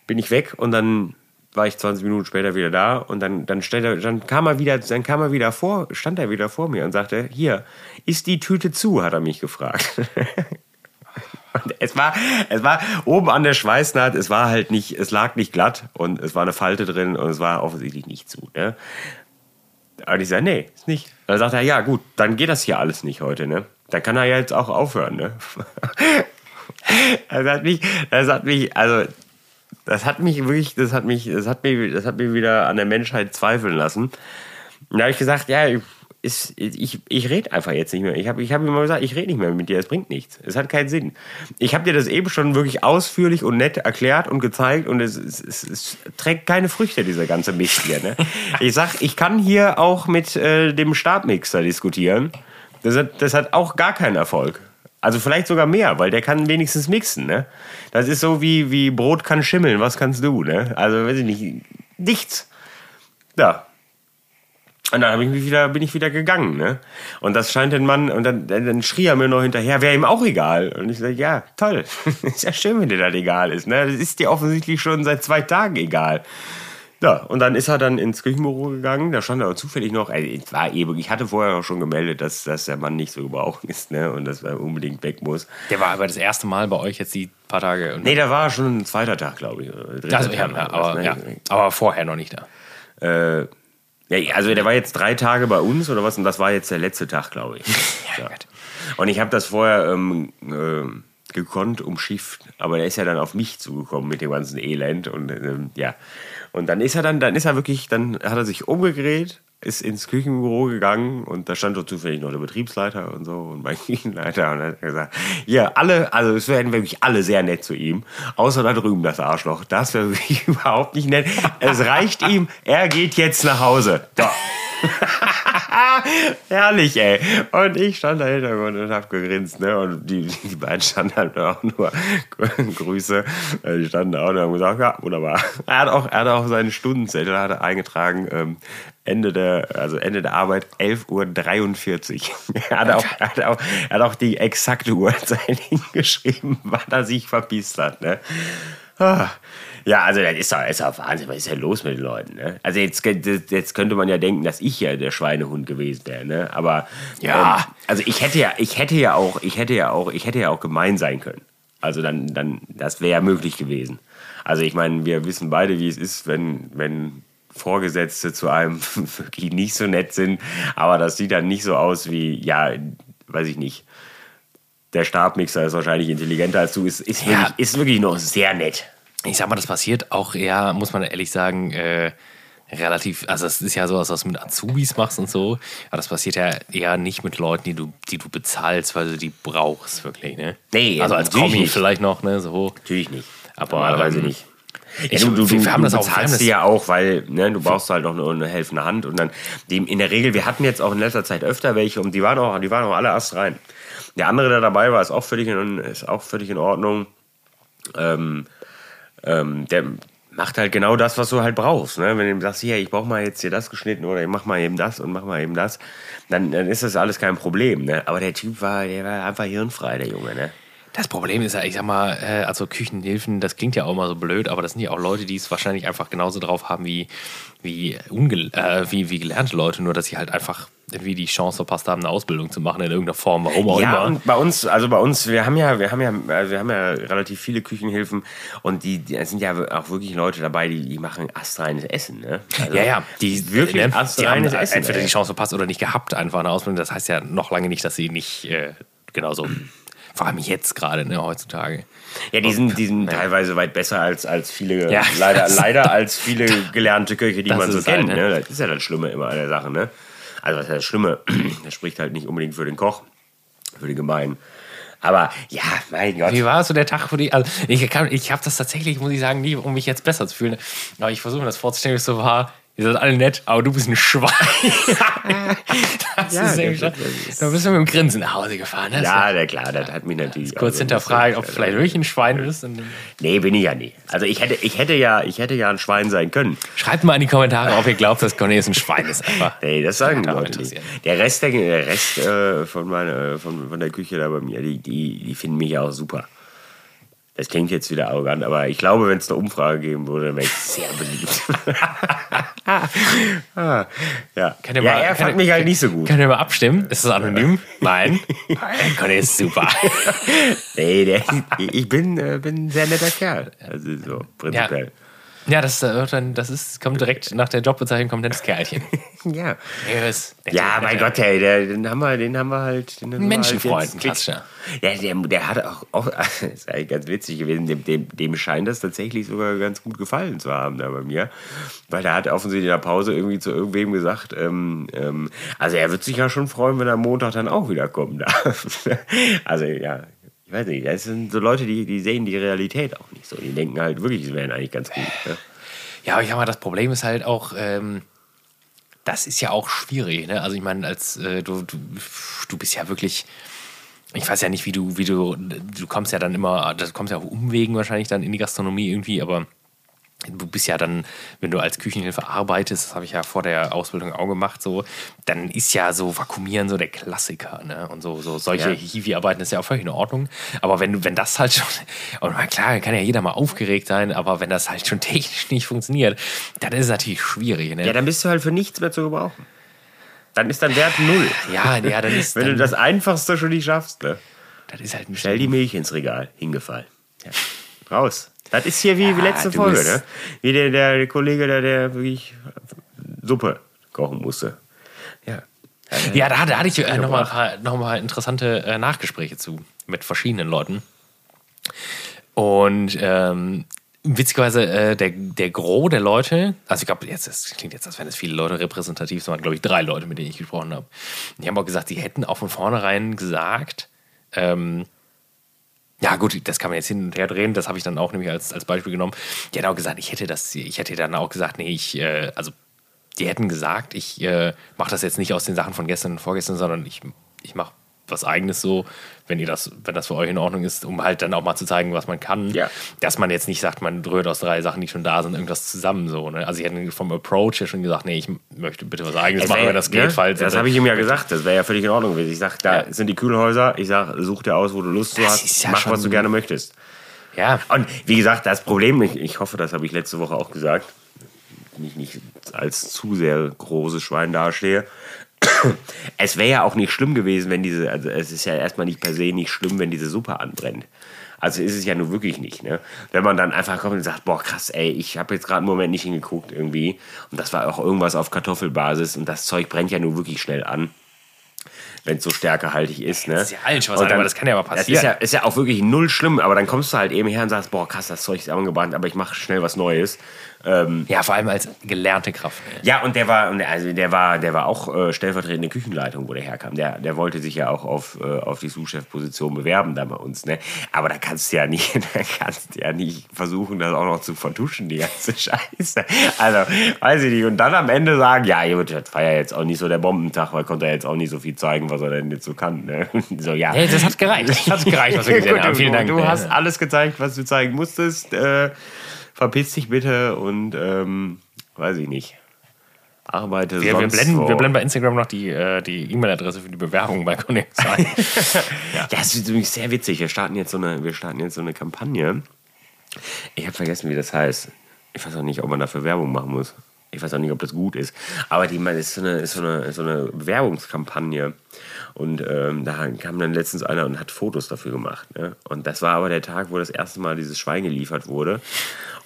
A: bin ich weg und dann war ich 20 Minuten später wieder da und dann, dann, stellt er, dann kam er wieder, dann kam er wieder vor, stand er wieder vor mir und sagte, hier, ist die Tüte zu, hat er mich gefragt. Und es war, es war oben an der Schweißnaht, es war halt nicht, es lag nicht glatt und es war eine Falte drin und es war offensichtlich nicht zu. Ne? Und ich sage, nee, ist nicht. Dann sagt er, ja gut, dann geht das hier alles nicht heute, ne? Dann kann er ja jetzt auch aufhören, ne? das hat mich, das hat mich, also das hat mich wirklich, das hat mich, das hat mich, das hat mich wieder an der Menschheit zweifeln lassen. Und da habe ich gesagt, ja, ich- ist, ich, ich rede einfach jetzt nicht mehr. Ich habe ich hab ihm mal gesagt, ich rede nicht mehr mit dir, es bringt nichts. Es hat keinen Sinn. Ich habe dir das eben schon wirklich ausführlich und nett erklärt und gezeigt und es, es, es, es trägt keine Früchte, dieser ganze Mist hier. Ne? Ich sag, ich kann hier auch mit äh, dem Stabmixer diskutieren. Das hat, das hat auch gar keinen Erfolg. Also vielleicht sogar mehr, weil der kann wenigstens mixen, ne? Das ist so wie, wie Brot kann schimmeln, was kannst du, ne? Also weiß ich nicht, nichts. Ja. Und dann hab ich mich wieder, bin ich wieder gegangen. Ne? Und das scheint den Mann, und dann, dann, dann schrie er mir noch hinterher, wäre ihm auch egal. Und ich sage, ja, toll. ist ja schön, wenn dir das egal ist. Ne? Das ist dir offensichtlich schon seit zwei Tagen egal. Ja, und dann ist er dann ins Küchenbüro gegangen, da stand er aber zufällig noch, also es war eben, ich hatte vorher auch schon gemeldet, dass, dass der Mann nicht so gebrauchen ist, ne, und dass er unbedingt weg muss.
B: Der war aber das erste Mal bei euch jetzt die paar Tage. Und
A: Nee, da war schon ein zweiter Tag, glaube ich. oder dritter
B: also, ja,
A: Tag,
B: ja,
A: oder was,
B: aber,
A: ne?
B: ja, aber vorher noch nicht da.
A: Äh, ja, also der war jetzt drei Tage bei uns oder was und das war jetzt der letzte Tag, glaube ich. ja.
B: Gott.
A: Und ich habe das vorher ähm, ähm, gekonnt umschifft, aber der ist ja dann auf mich zugekommen mit dem ganzen Elend und ähm, ja. Und dann ist er dann, dann ist er wirklich, dann hat er sich umgedreht, ist ins Küchenbüro gegangen und da stand doch zufällig noch der Betriebsleiter und so und mein Küchenleiter und dann hat er gesagt, ja, alle, also es wären wirklich alle sehr nett zu ihm, außer da drüben das Arschloch, das wäre wirklich überhaupt nicht nett. Es reicht ihm, er geht jetzt nach Hause. Doch. Herrlich, ey. Und ich stand da hinter mir und hab gegrinst, ne? Und die, die beiden standen halt auch nur Grüße. Äh, Die standen da und haben gesagt, ja, wunderbar. Er hat auch, er hat auch seinen Stundenzettel hat er eingetragen, ähm, Ende der, also Ende der Arbeit 11.43 Uhr. Er hat auch, er hat auch, er hat auch die exakte Uhrzeit hingeschrieben, wann er sich verpisst hat, ne? Ah. Ja, also das ist doch, ist doch Wahnsinn, was ist denn los mit den Leuten? Ne? Also jetzt, kö- jetzt könnte man ja denken, dass ich ja der Schweinehund gewesen wäre, ne? Aber
B: Ja.
A: also ich hätte ja, ich hätte ja auch, ich hätte ja auch, ich hätte ja auch gemein sein können. Also dann, dann, das wäre ja möglich gewesen. Also ich meine, wir wissen beide, wie es ist, wenn, wenn Vorgesetzte zu einem wirklich nicht so nett sind, aber das sieht dann nicht so aus wie, ja, weiß ich nicht. Der Stabmixer ist wahrscheinlich intelligenter als du, ist, ist,
B: Ja.
A: wirklich, ist wirklich noch sehr nett.
B: Ich sag mal, das passiert auch eher, muss man ehrlich sagen, äh, relativ, also es ist ja sowas, was du mit Azubis machst und so, aber das passiert ja eher nicht mit Leuten, die du, die du bezahlst, weil du die brauchst, wirklich, ne?
A: Nee,
B: also als
A: natürlich
B: Kombi
A: nicht.
B: vielleicht noch, ne? So.
A: Natürlich nicht.
B: Aber,
A: Normalerweise
B: ähm,
A: nicht.
B: ich-
A: Ja,
B: wir- wir haben das auch- wir haben
A: bezahlst
B: das-
A: sie ja auch, weil ne, du brauchst halt auch eine, eine helfende Hand und dann dem in der Regel, wir hatten jetzt auch in letzter Zeit öfter welche und die waren auch, die waren auch alle erst rein. Der andere, der dabei war, ist auch völlig in, ist auch völlig in Ordnung. Ähm, ähm, der macht halt genau das, was du halt brauchst. Ne? Wenn du ihm sagst, hier, ich brauche mal jetzt hier das geschnitten oder ich mach mal eben das und mach mal eben das, dann, dann ist das alles kein Problem. Ne? Aber der Typ war, der war einfach hirnfrei, der Junge. Ne?
B: Das Problem ist ja, ich sag mal, äh, also Küchenhilfen, das klingt ja auch immer so blöd, aber das sind ja auch Leute, die es wahrscheinlich einfach genauso drauf haben wie, wie, unge äh, wie, wie gelernte Leute, nur dass sie halt einfach irgendwie die Chance verpasst haben, eine Ausbildung zu machen in irgendeiner Form, warum auch
A: Ja,
B: immer.
A: und bei uns, also bei uns, wir haben ja, wir haben ja, also wir haben ja relativ viele Küchenhilfen und die, die es sind ja auch wirklich Leute dabei, die, die machen astreines Essen, ne? Also
B: Ja, ja, die
A: wirklich
B: ne, die haben
A: astreines Essen.
B: entweder die
A: ey.
B: Chance verpasst oder nicht gehabt einfach eine Ausbildung. Das heißt ja noch lange nicht, dass sie nicht äh, genauso, vor allem jetzt gerade, ne, heutzutage.
A: Ja, die sind, die sind teilweise weit besser als, als viele,
B: Ja,
A: leider,
B: das-
A: leider als viele gelernte Köche, die
B: das
A: man so
B: ist halt,
A: kennt.
B: ne?
A: ne? Das ist ja das Schlimme immer an der Sache, ne? Also das ist das Schlimme, das spricht halt nicht unbedingt für den Koch, für den Gemeinen. Aber ja, mein Gott.
B: Wie war so der Tag, wo die, also ich, kann- ich habe das tatsächlich, muss ich sagen, nie, um mich jetzt besser zu fühlen, aber ich versuche mir das vorzustellen, wie es so war. Ihr seid alle nett, aber du bist ein Schwein. das
A: Ja,
B: ist irgendwie
A: das-
B: schon,
A: das ist-
B: da bist du mit dem Grinsen nach Hause gefahren. Ne?
A: Ja, na klar, das hat mich natürlich.
B: Kurz
A: also,
B: hinterfragt, ob du vielleicht wirklich ein Schwein bist. Und,
A: Nee, bin ich ja nie. Also ich hätte, ich hätte ja, ich hätte ja ein Schwein sein können.
B: schreibt mal in die Kommentare, ob ihr glaubt, dass Cornelius ein Schwein ist. Einfach.
A: Nee, das sagen die
B: Ja,
A: Leute nicht.
B: interessiert.
A: Der Rest, der, der Rest äh, von, meiner, von, von der Küche da bei mir, die, die, die finden mich ja auch super. Das klingt jetzt wieder arrogant, aber ich glaube, wenn es eine Umfrage geben würde, wäre ich sehr beliebt. ah, ja.
B: Könnt ihr
A: ja,
B: mal-
A: er fand
B: könnt-
A: mich halt nicht so gut.
B: Können wir mal abstimmen? Ist das anonym? Nein. Nein, Conny ist super.
A: Nee, der, ich bin, äh, bin ein sehr netter Kerl. Also so, prinzipiell.
B: Ja, das, äh, wird dann, das ist, kommt direkt nach der Jobbezeichnung kommt dann das Kerlchen.
A: ja.
B: Yes.
A: Ja, mein Gott, ey, der, den haben wir, den haben wir halt. Den haben wir
B: Menschenfreund,
A: halt
B: ein
A: jetzt-
B: klassischer.
A: Ja, der, der hat auch, auch das ist eigentlich ganz witzig gewesen. Dem, dem, dem scheint das tatsächlich sogar ganz gut gefallen zu haben da bei mir, weil der hat offensichtlich in der Pause irgendwie zu irgendwem gesagt, ähm, ähm, also er wird sich ja schon freuen, wenn er am Montag dann auch wieder kommen darf. also ja. Ich weiß nicht, das sind so Leute, die, die sehen die Realität auch nicht so. Die denken halt wirklich, sie wären eigentlich ganz gut. Ne?
B: Ja, aber ich sag mal, das Problem ist halt auch, ähm, das ist ja auch schwierig. Ne? Also ich meine, als äh, du, du, du bist ja wirklich, ich weiß ja nicht, wie du, wie du, du kommst ja dann immer, das kommst ja auf Umwegen wahrscheinlich dann in die Gastronomie irgendwie, aber Du bist ja dann, wenn du als Küchenhilfe arbeitest, das habe ich ja vor der Ausbildung auch gemacht, so, dann ist ja so Vakuumieren so der Klassiker, ne? Und so, so solche
A: Ja.
B: Hiwi-Arbeiten ist ja auch völlig in Ordnung. Aber wenn, du- wenn das halt schon, und na klar, kann ja jeder mal aufgeregt sein, aber wenn das halt schon technisch nicht funktioniert, dann ist es natürlich schwierig, ne?
A: Ja, dann bist du halt für nichts mehr zu gebrauchen. Dann ist dein Wert null.
B: Ja, ja, dann ist-
A: Wenn du
B: dann-
A: das Einfachste schon nicht schaffst, ne?
B: das ist halt ein
A: Stell die Milch ins Regal. Hingefallen. Ja. Raus. Das ist hier wie
B: Ja,
A: die letzte
B: du
A: Folge,
B: bist-
A: ne? Wie der, der Kollege, der, der wirklich Suppe kochen musste. Ja.
B: Ja, da, da hatte ich äh, nochmal noch mal interessante äh, Nachgespräche zu mit verschiedenen Leuten. Und ähm, witzigerweise, äh, der, der Gros der Leute, also ich glaube, jetzt das klingt jetzt, als wären es viele Leute repräsentativ, es waren, glaube ich, drei Leute, mit denen ich gesprochen habe. Und Die haben auch gesagt, sie hätten auch von vornherein gesagt, ähm, ja, gut, das kann man jetzt hin und her drehen. Das habe ich dann auch nämlich als, als Beispiel genommen. Die hätten auch gesagt, ich hätte das, ich hätte dann auch gesagt, nee, ich, äh, also die hätten gesagt, ich äh, mache das jetzt nicht aus den Sachen von gestern und vorgestern, sondern ich, ich mache was eigenes so, wenn ihr das, wenn das für euch in Ordnung ist, um halt dann auch mal zu zeigen, was man kann.
A: Ja.
B: Dass man jetzt nicht sagt, man rührt aus drei Sachen, die schon da sind, irgendwas zusammen so. Ne? Also ich hätte vom Approach ja schon gesagt, nee, ich möchte bitte was eigenes
A: Es wär-
B: machen, wenn das geht,
A: ne?
B: falls.
A: Das habe ich ihm ja gesagt, das wäre ja völlig in Ordnung gewesen. Ich sage, da
B: Ja.
A: sind die Kühlhäuser, ich sage, such dir aus, wo du Lust zu
B: Das
A: hast,
B: ist ja
A: mach,
B: schon-
A: was du gerne möchtest.
B: Ja.
A: Und wie gesagt, das Problem, ich, ich hoffe, das habe ich letzte Woche auch gesagt, nicht, nicht als zu sehr großes Schwein dastehe. Es wäre ja auch nicht schlimm gewesen, wenn diese, also es ist ja erstmal nicht per se nicht schlimm, wenn diese Suppe anbrennt. Also ist es ja nun wirklich nicht, ne? Wenn man dann einfach kommt und sagt, boah, krass, ey, ich habe jetzt gerade einen Moment nicht hingeguckt irgendwie. Und das war auch irgendwas auf Kartoffelbasis und das Zeug brennt ja nun wirklich schnell an, wenn es so stärkehaltig ist, ne?
B: Das ist ja allen schon was
A: Und
B: an, aber das kann ja mal
A: Das ist
B: passieren.
A: ja, ist ja auch wirklich null schlimm, aber dann kommst du halt eben her und sagst, boah, krass, das Zeug ist angebrannt, aber ich mache schnell was Neues.
B: ja, vor allem als gelernte Kraft. Ne?
A: Ja, und der war, und der- also der war, der war auch äh, stellvertretende Küchenleitung, wo der herkam. Der, der wollte sich ja auch auf, äh, auf die Sous-Chef-Position bewerben da bei uns, ne? Aber da kannst du ja nicht, da kannst du ja nicht versuchen, das auch noch zu vertuschen, die ganze Scheiße. Also, weiß ich nicht. Und dann am Ende sagen, ja, gut, das war ja jetzt auch nicht so der Bombentag, weil konnte er jetzt auch nicht so viel zeigen, was er denn jetzt so kann, ne? So, ja.
B: Hey, das hat gereicht. Das hat gereicht, was wir gesehen
A: Gut,
B: haben. Vielen
A: du,
B: Dank. Äh,
A: Du
B: Ja,
A: hast
B: ja.
A: alles gezeigt, was du zeigen musstest. Äh, verpiss dich bitte und ähm, weiß ich nicht. Arbeite
B: Wir, wir,
A: sonst
B: blenden,
A: wo.
B: wir blenden bei Instagram noch die äh, die E-Mail-Adresse für die Bewerbung bei Connect ein.
A: ja, das ist übrigens sehr witzig. Wir starten jetzt so eine, wir starten jetzt so eine Kampagne. Ich habe vergessen, wie das heißt. Ich weiß auch nicht, ob man dafür Werbung machen muss. Ich weiß auch nicht, ob das gut ist. Aber die man, ist, so eine, ist, so eine, ist so eine Werbungskampagne. Und ähm, da kam dann letztens einer und hat Fotos dafür gemacht. Ne? Und das war aber der Tag, wo das erste Mal dieses Schwein geliefert wurde.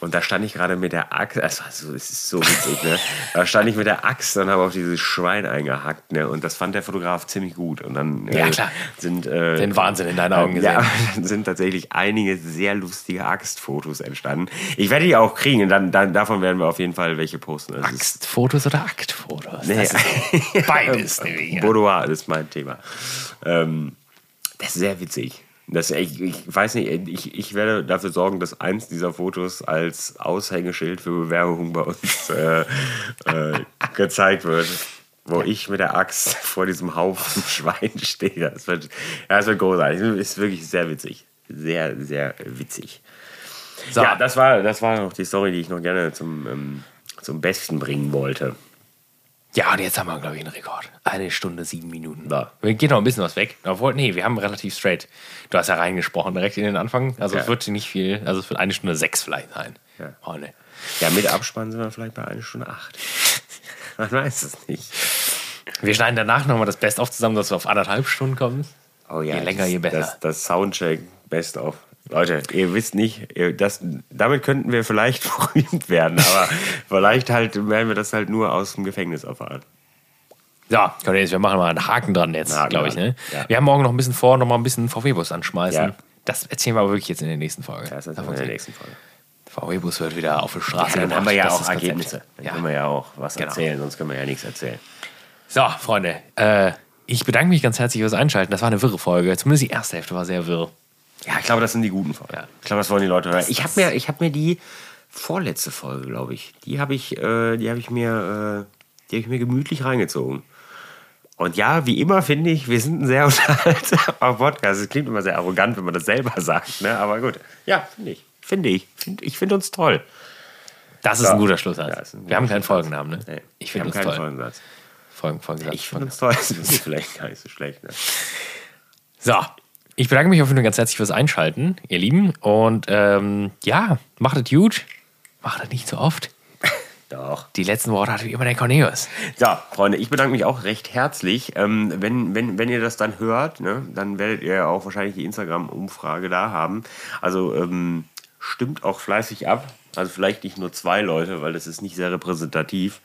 A: Und da stand ich gerade mit der Axt. Also, also, es ist so witzig. Ne? Da stand ich mit der Axt und habe auf dieses Schwein eingehackt. Ne? Und das fand der Fotograf ziemlich gut. Und dann äh,
B: Ja, klar.
A: sind äh,
B: Den Wahnsinn in deinen Augen gesehen.
A: ja, dann sind tatsächlich einige sehr lustige Axtfotos entstanden. Ich werde die auch kriegen und dann, dann davon werden wir auf jeden Fall welche posten. Also Das ist-
B: Axtfotos oder Aktfotos?
A: Nee.
B: Das ist beides. nämlich, ja.
A: Boudoir ist mein Thema. Ähm, das ist sehr witzig. Das, ich, ich weiß nicht, ich, ich werde dafür sorgen, dass eins dieser Fotos als Aushängeschild für Bewerbungen bei uns äh, äh, gezeigt wird. Wo ich mit der Axt vor diesem Haufen Schwein stehe. Das wird, ja, das wird großartig. Das ist wirklich sehr witzig. Sehr, sehr witzig.
B: So.
A: Ja, das war, das war noch die Story, die ich noch gerne zum, ähm, zum Besten bringen wollte.
B: Ja, und jetzt haben wir, glaube ich, einen Rekord. Eine Stunde, sieben Minuten.
A: Ja.
B: Wir gehen noch ein bisschen was weg. Obwohl, nee, wir haben relativ straight. Du hast ja reingesprochen direkt in den Anfang. Also
A: Ja.
B: es wird nicht viel, also es wird eine Stunde sechs vielleicht sein.
A: Ja.
B: Oh, nee.
A: Ja, mit Abspann sind wir vielleicht bei 1 Stunde 8. Man weiß es nicht.
B: Wir schneiden danach nochmal das Best-of zusammen, dass wir auf anderthalb Stunden kommen. je länger,
A: Oh das,
B: je besser.
A: Das, das Soundcheck best of. Leute, ihr wisst nicht, ihr, das, damit könnten wir vielleicht berühmt werden, aber vielleicht halt werden wir das halt nur aus dem Gefängnis erfahren.
B: Ja, Cornelius, wir machen mal einen Haken dran jetzt,
A: Haken
B: glaube ich.
A: dran,
B: Ne?
A: ja.
B: Wir haben morgen noch ein bisschen vor, noch mal ein bisschen VW-Bus anschmeißen.
A: Ja.
B: Das erzählen wir aber wirklich jetzt in der nächsten Folge.
A: Das ist in der nächsten Folge.
B: VW-Bus wird wieder auf die Straße
A: Also dann
B: gebracht.
A: haben wir ja
B: Das
A: auch
B: ist das Konzept.
A: Ergebnisse. Dann
B: Ja.
A: können wir ja auch was
B: Genau.
A: erzählen, sonst können wir ja nichts erzählen.
B: So, Freunde, äh, ich bedanke mich ganz herzlich fürs Einschalten. Das war eine wirre Folge. Zumindest die erste Hälfte war sehr wirr.
A: Ja, ich glaube, das sind die guten Folgen.
B: Ja.
A: Ich glaube, das wollen die Leute hören. Ich habe mir, ich hab mir die vorletzte Folge, glaube ich, die habe ich, äh, die habe ich mir, äh, die habe ich mir gemütlich reingezogen. Und ja, wie immer finde ich, wir sind ein sehr unterhaltsamer Podcast. Es klingt immer sehr arrogant, wenn man das selber sagt, ne? Aber gut. Ja, finde ich. Finde ich. Find, ich finde uns toll.
B: Das ist ein
A: So.
B: guter
A: Ja,
B: Schlusssatz.
A: ist ein guter
B: wir haben keinen
A: Schlusssatz.
B: Folgennamen, ne?
A: Nee,
B: ich
A: wir
B: finde
A: haben
B: das
A: keinen
B: toll.
A: Folgensatz.
B: Folgen, Folgensatz.
A: Ich finde es toll. Das ist vielleicht gar nicht so schlecht. Ne?
B: So, ich bedanke mich auf jeden Fall ganz herzlich fürs Einschalten, ihr Lieben. Und ähm, ja, macht es gut. Macht es nicht so oft.
A: Doch.
B: Die letzten Worte hat wie immer der Cornelius.
A: Ja, Freunde, ich bedanke mich auch recht herzlich. Ähm, wenn, wenn, wenn ihr das dann hört, ne, dann werdet ihr ja auch wahrscheinlich die Instagram-Umfrage da haben. Also ähm, stimmt auch fleißig ab. Also vielleicht nicht nur zwei Leute, weil das ist nicht sehr repräsentativ.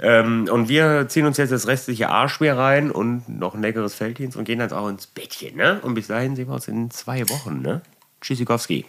A: Ähm, und wir ziehen uns jetzt das restliche Arschbier rein und noch ein leckeres Felddienst und gehen dann auch ins Bettchen. Ne? Und bis dahin sehen wir uns in zwei Wochen. Ne? Tschüssikowski.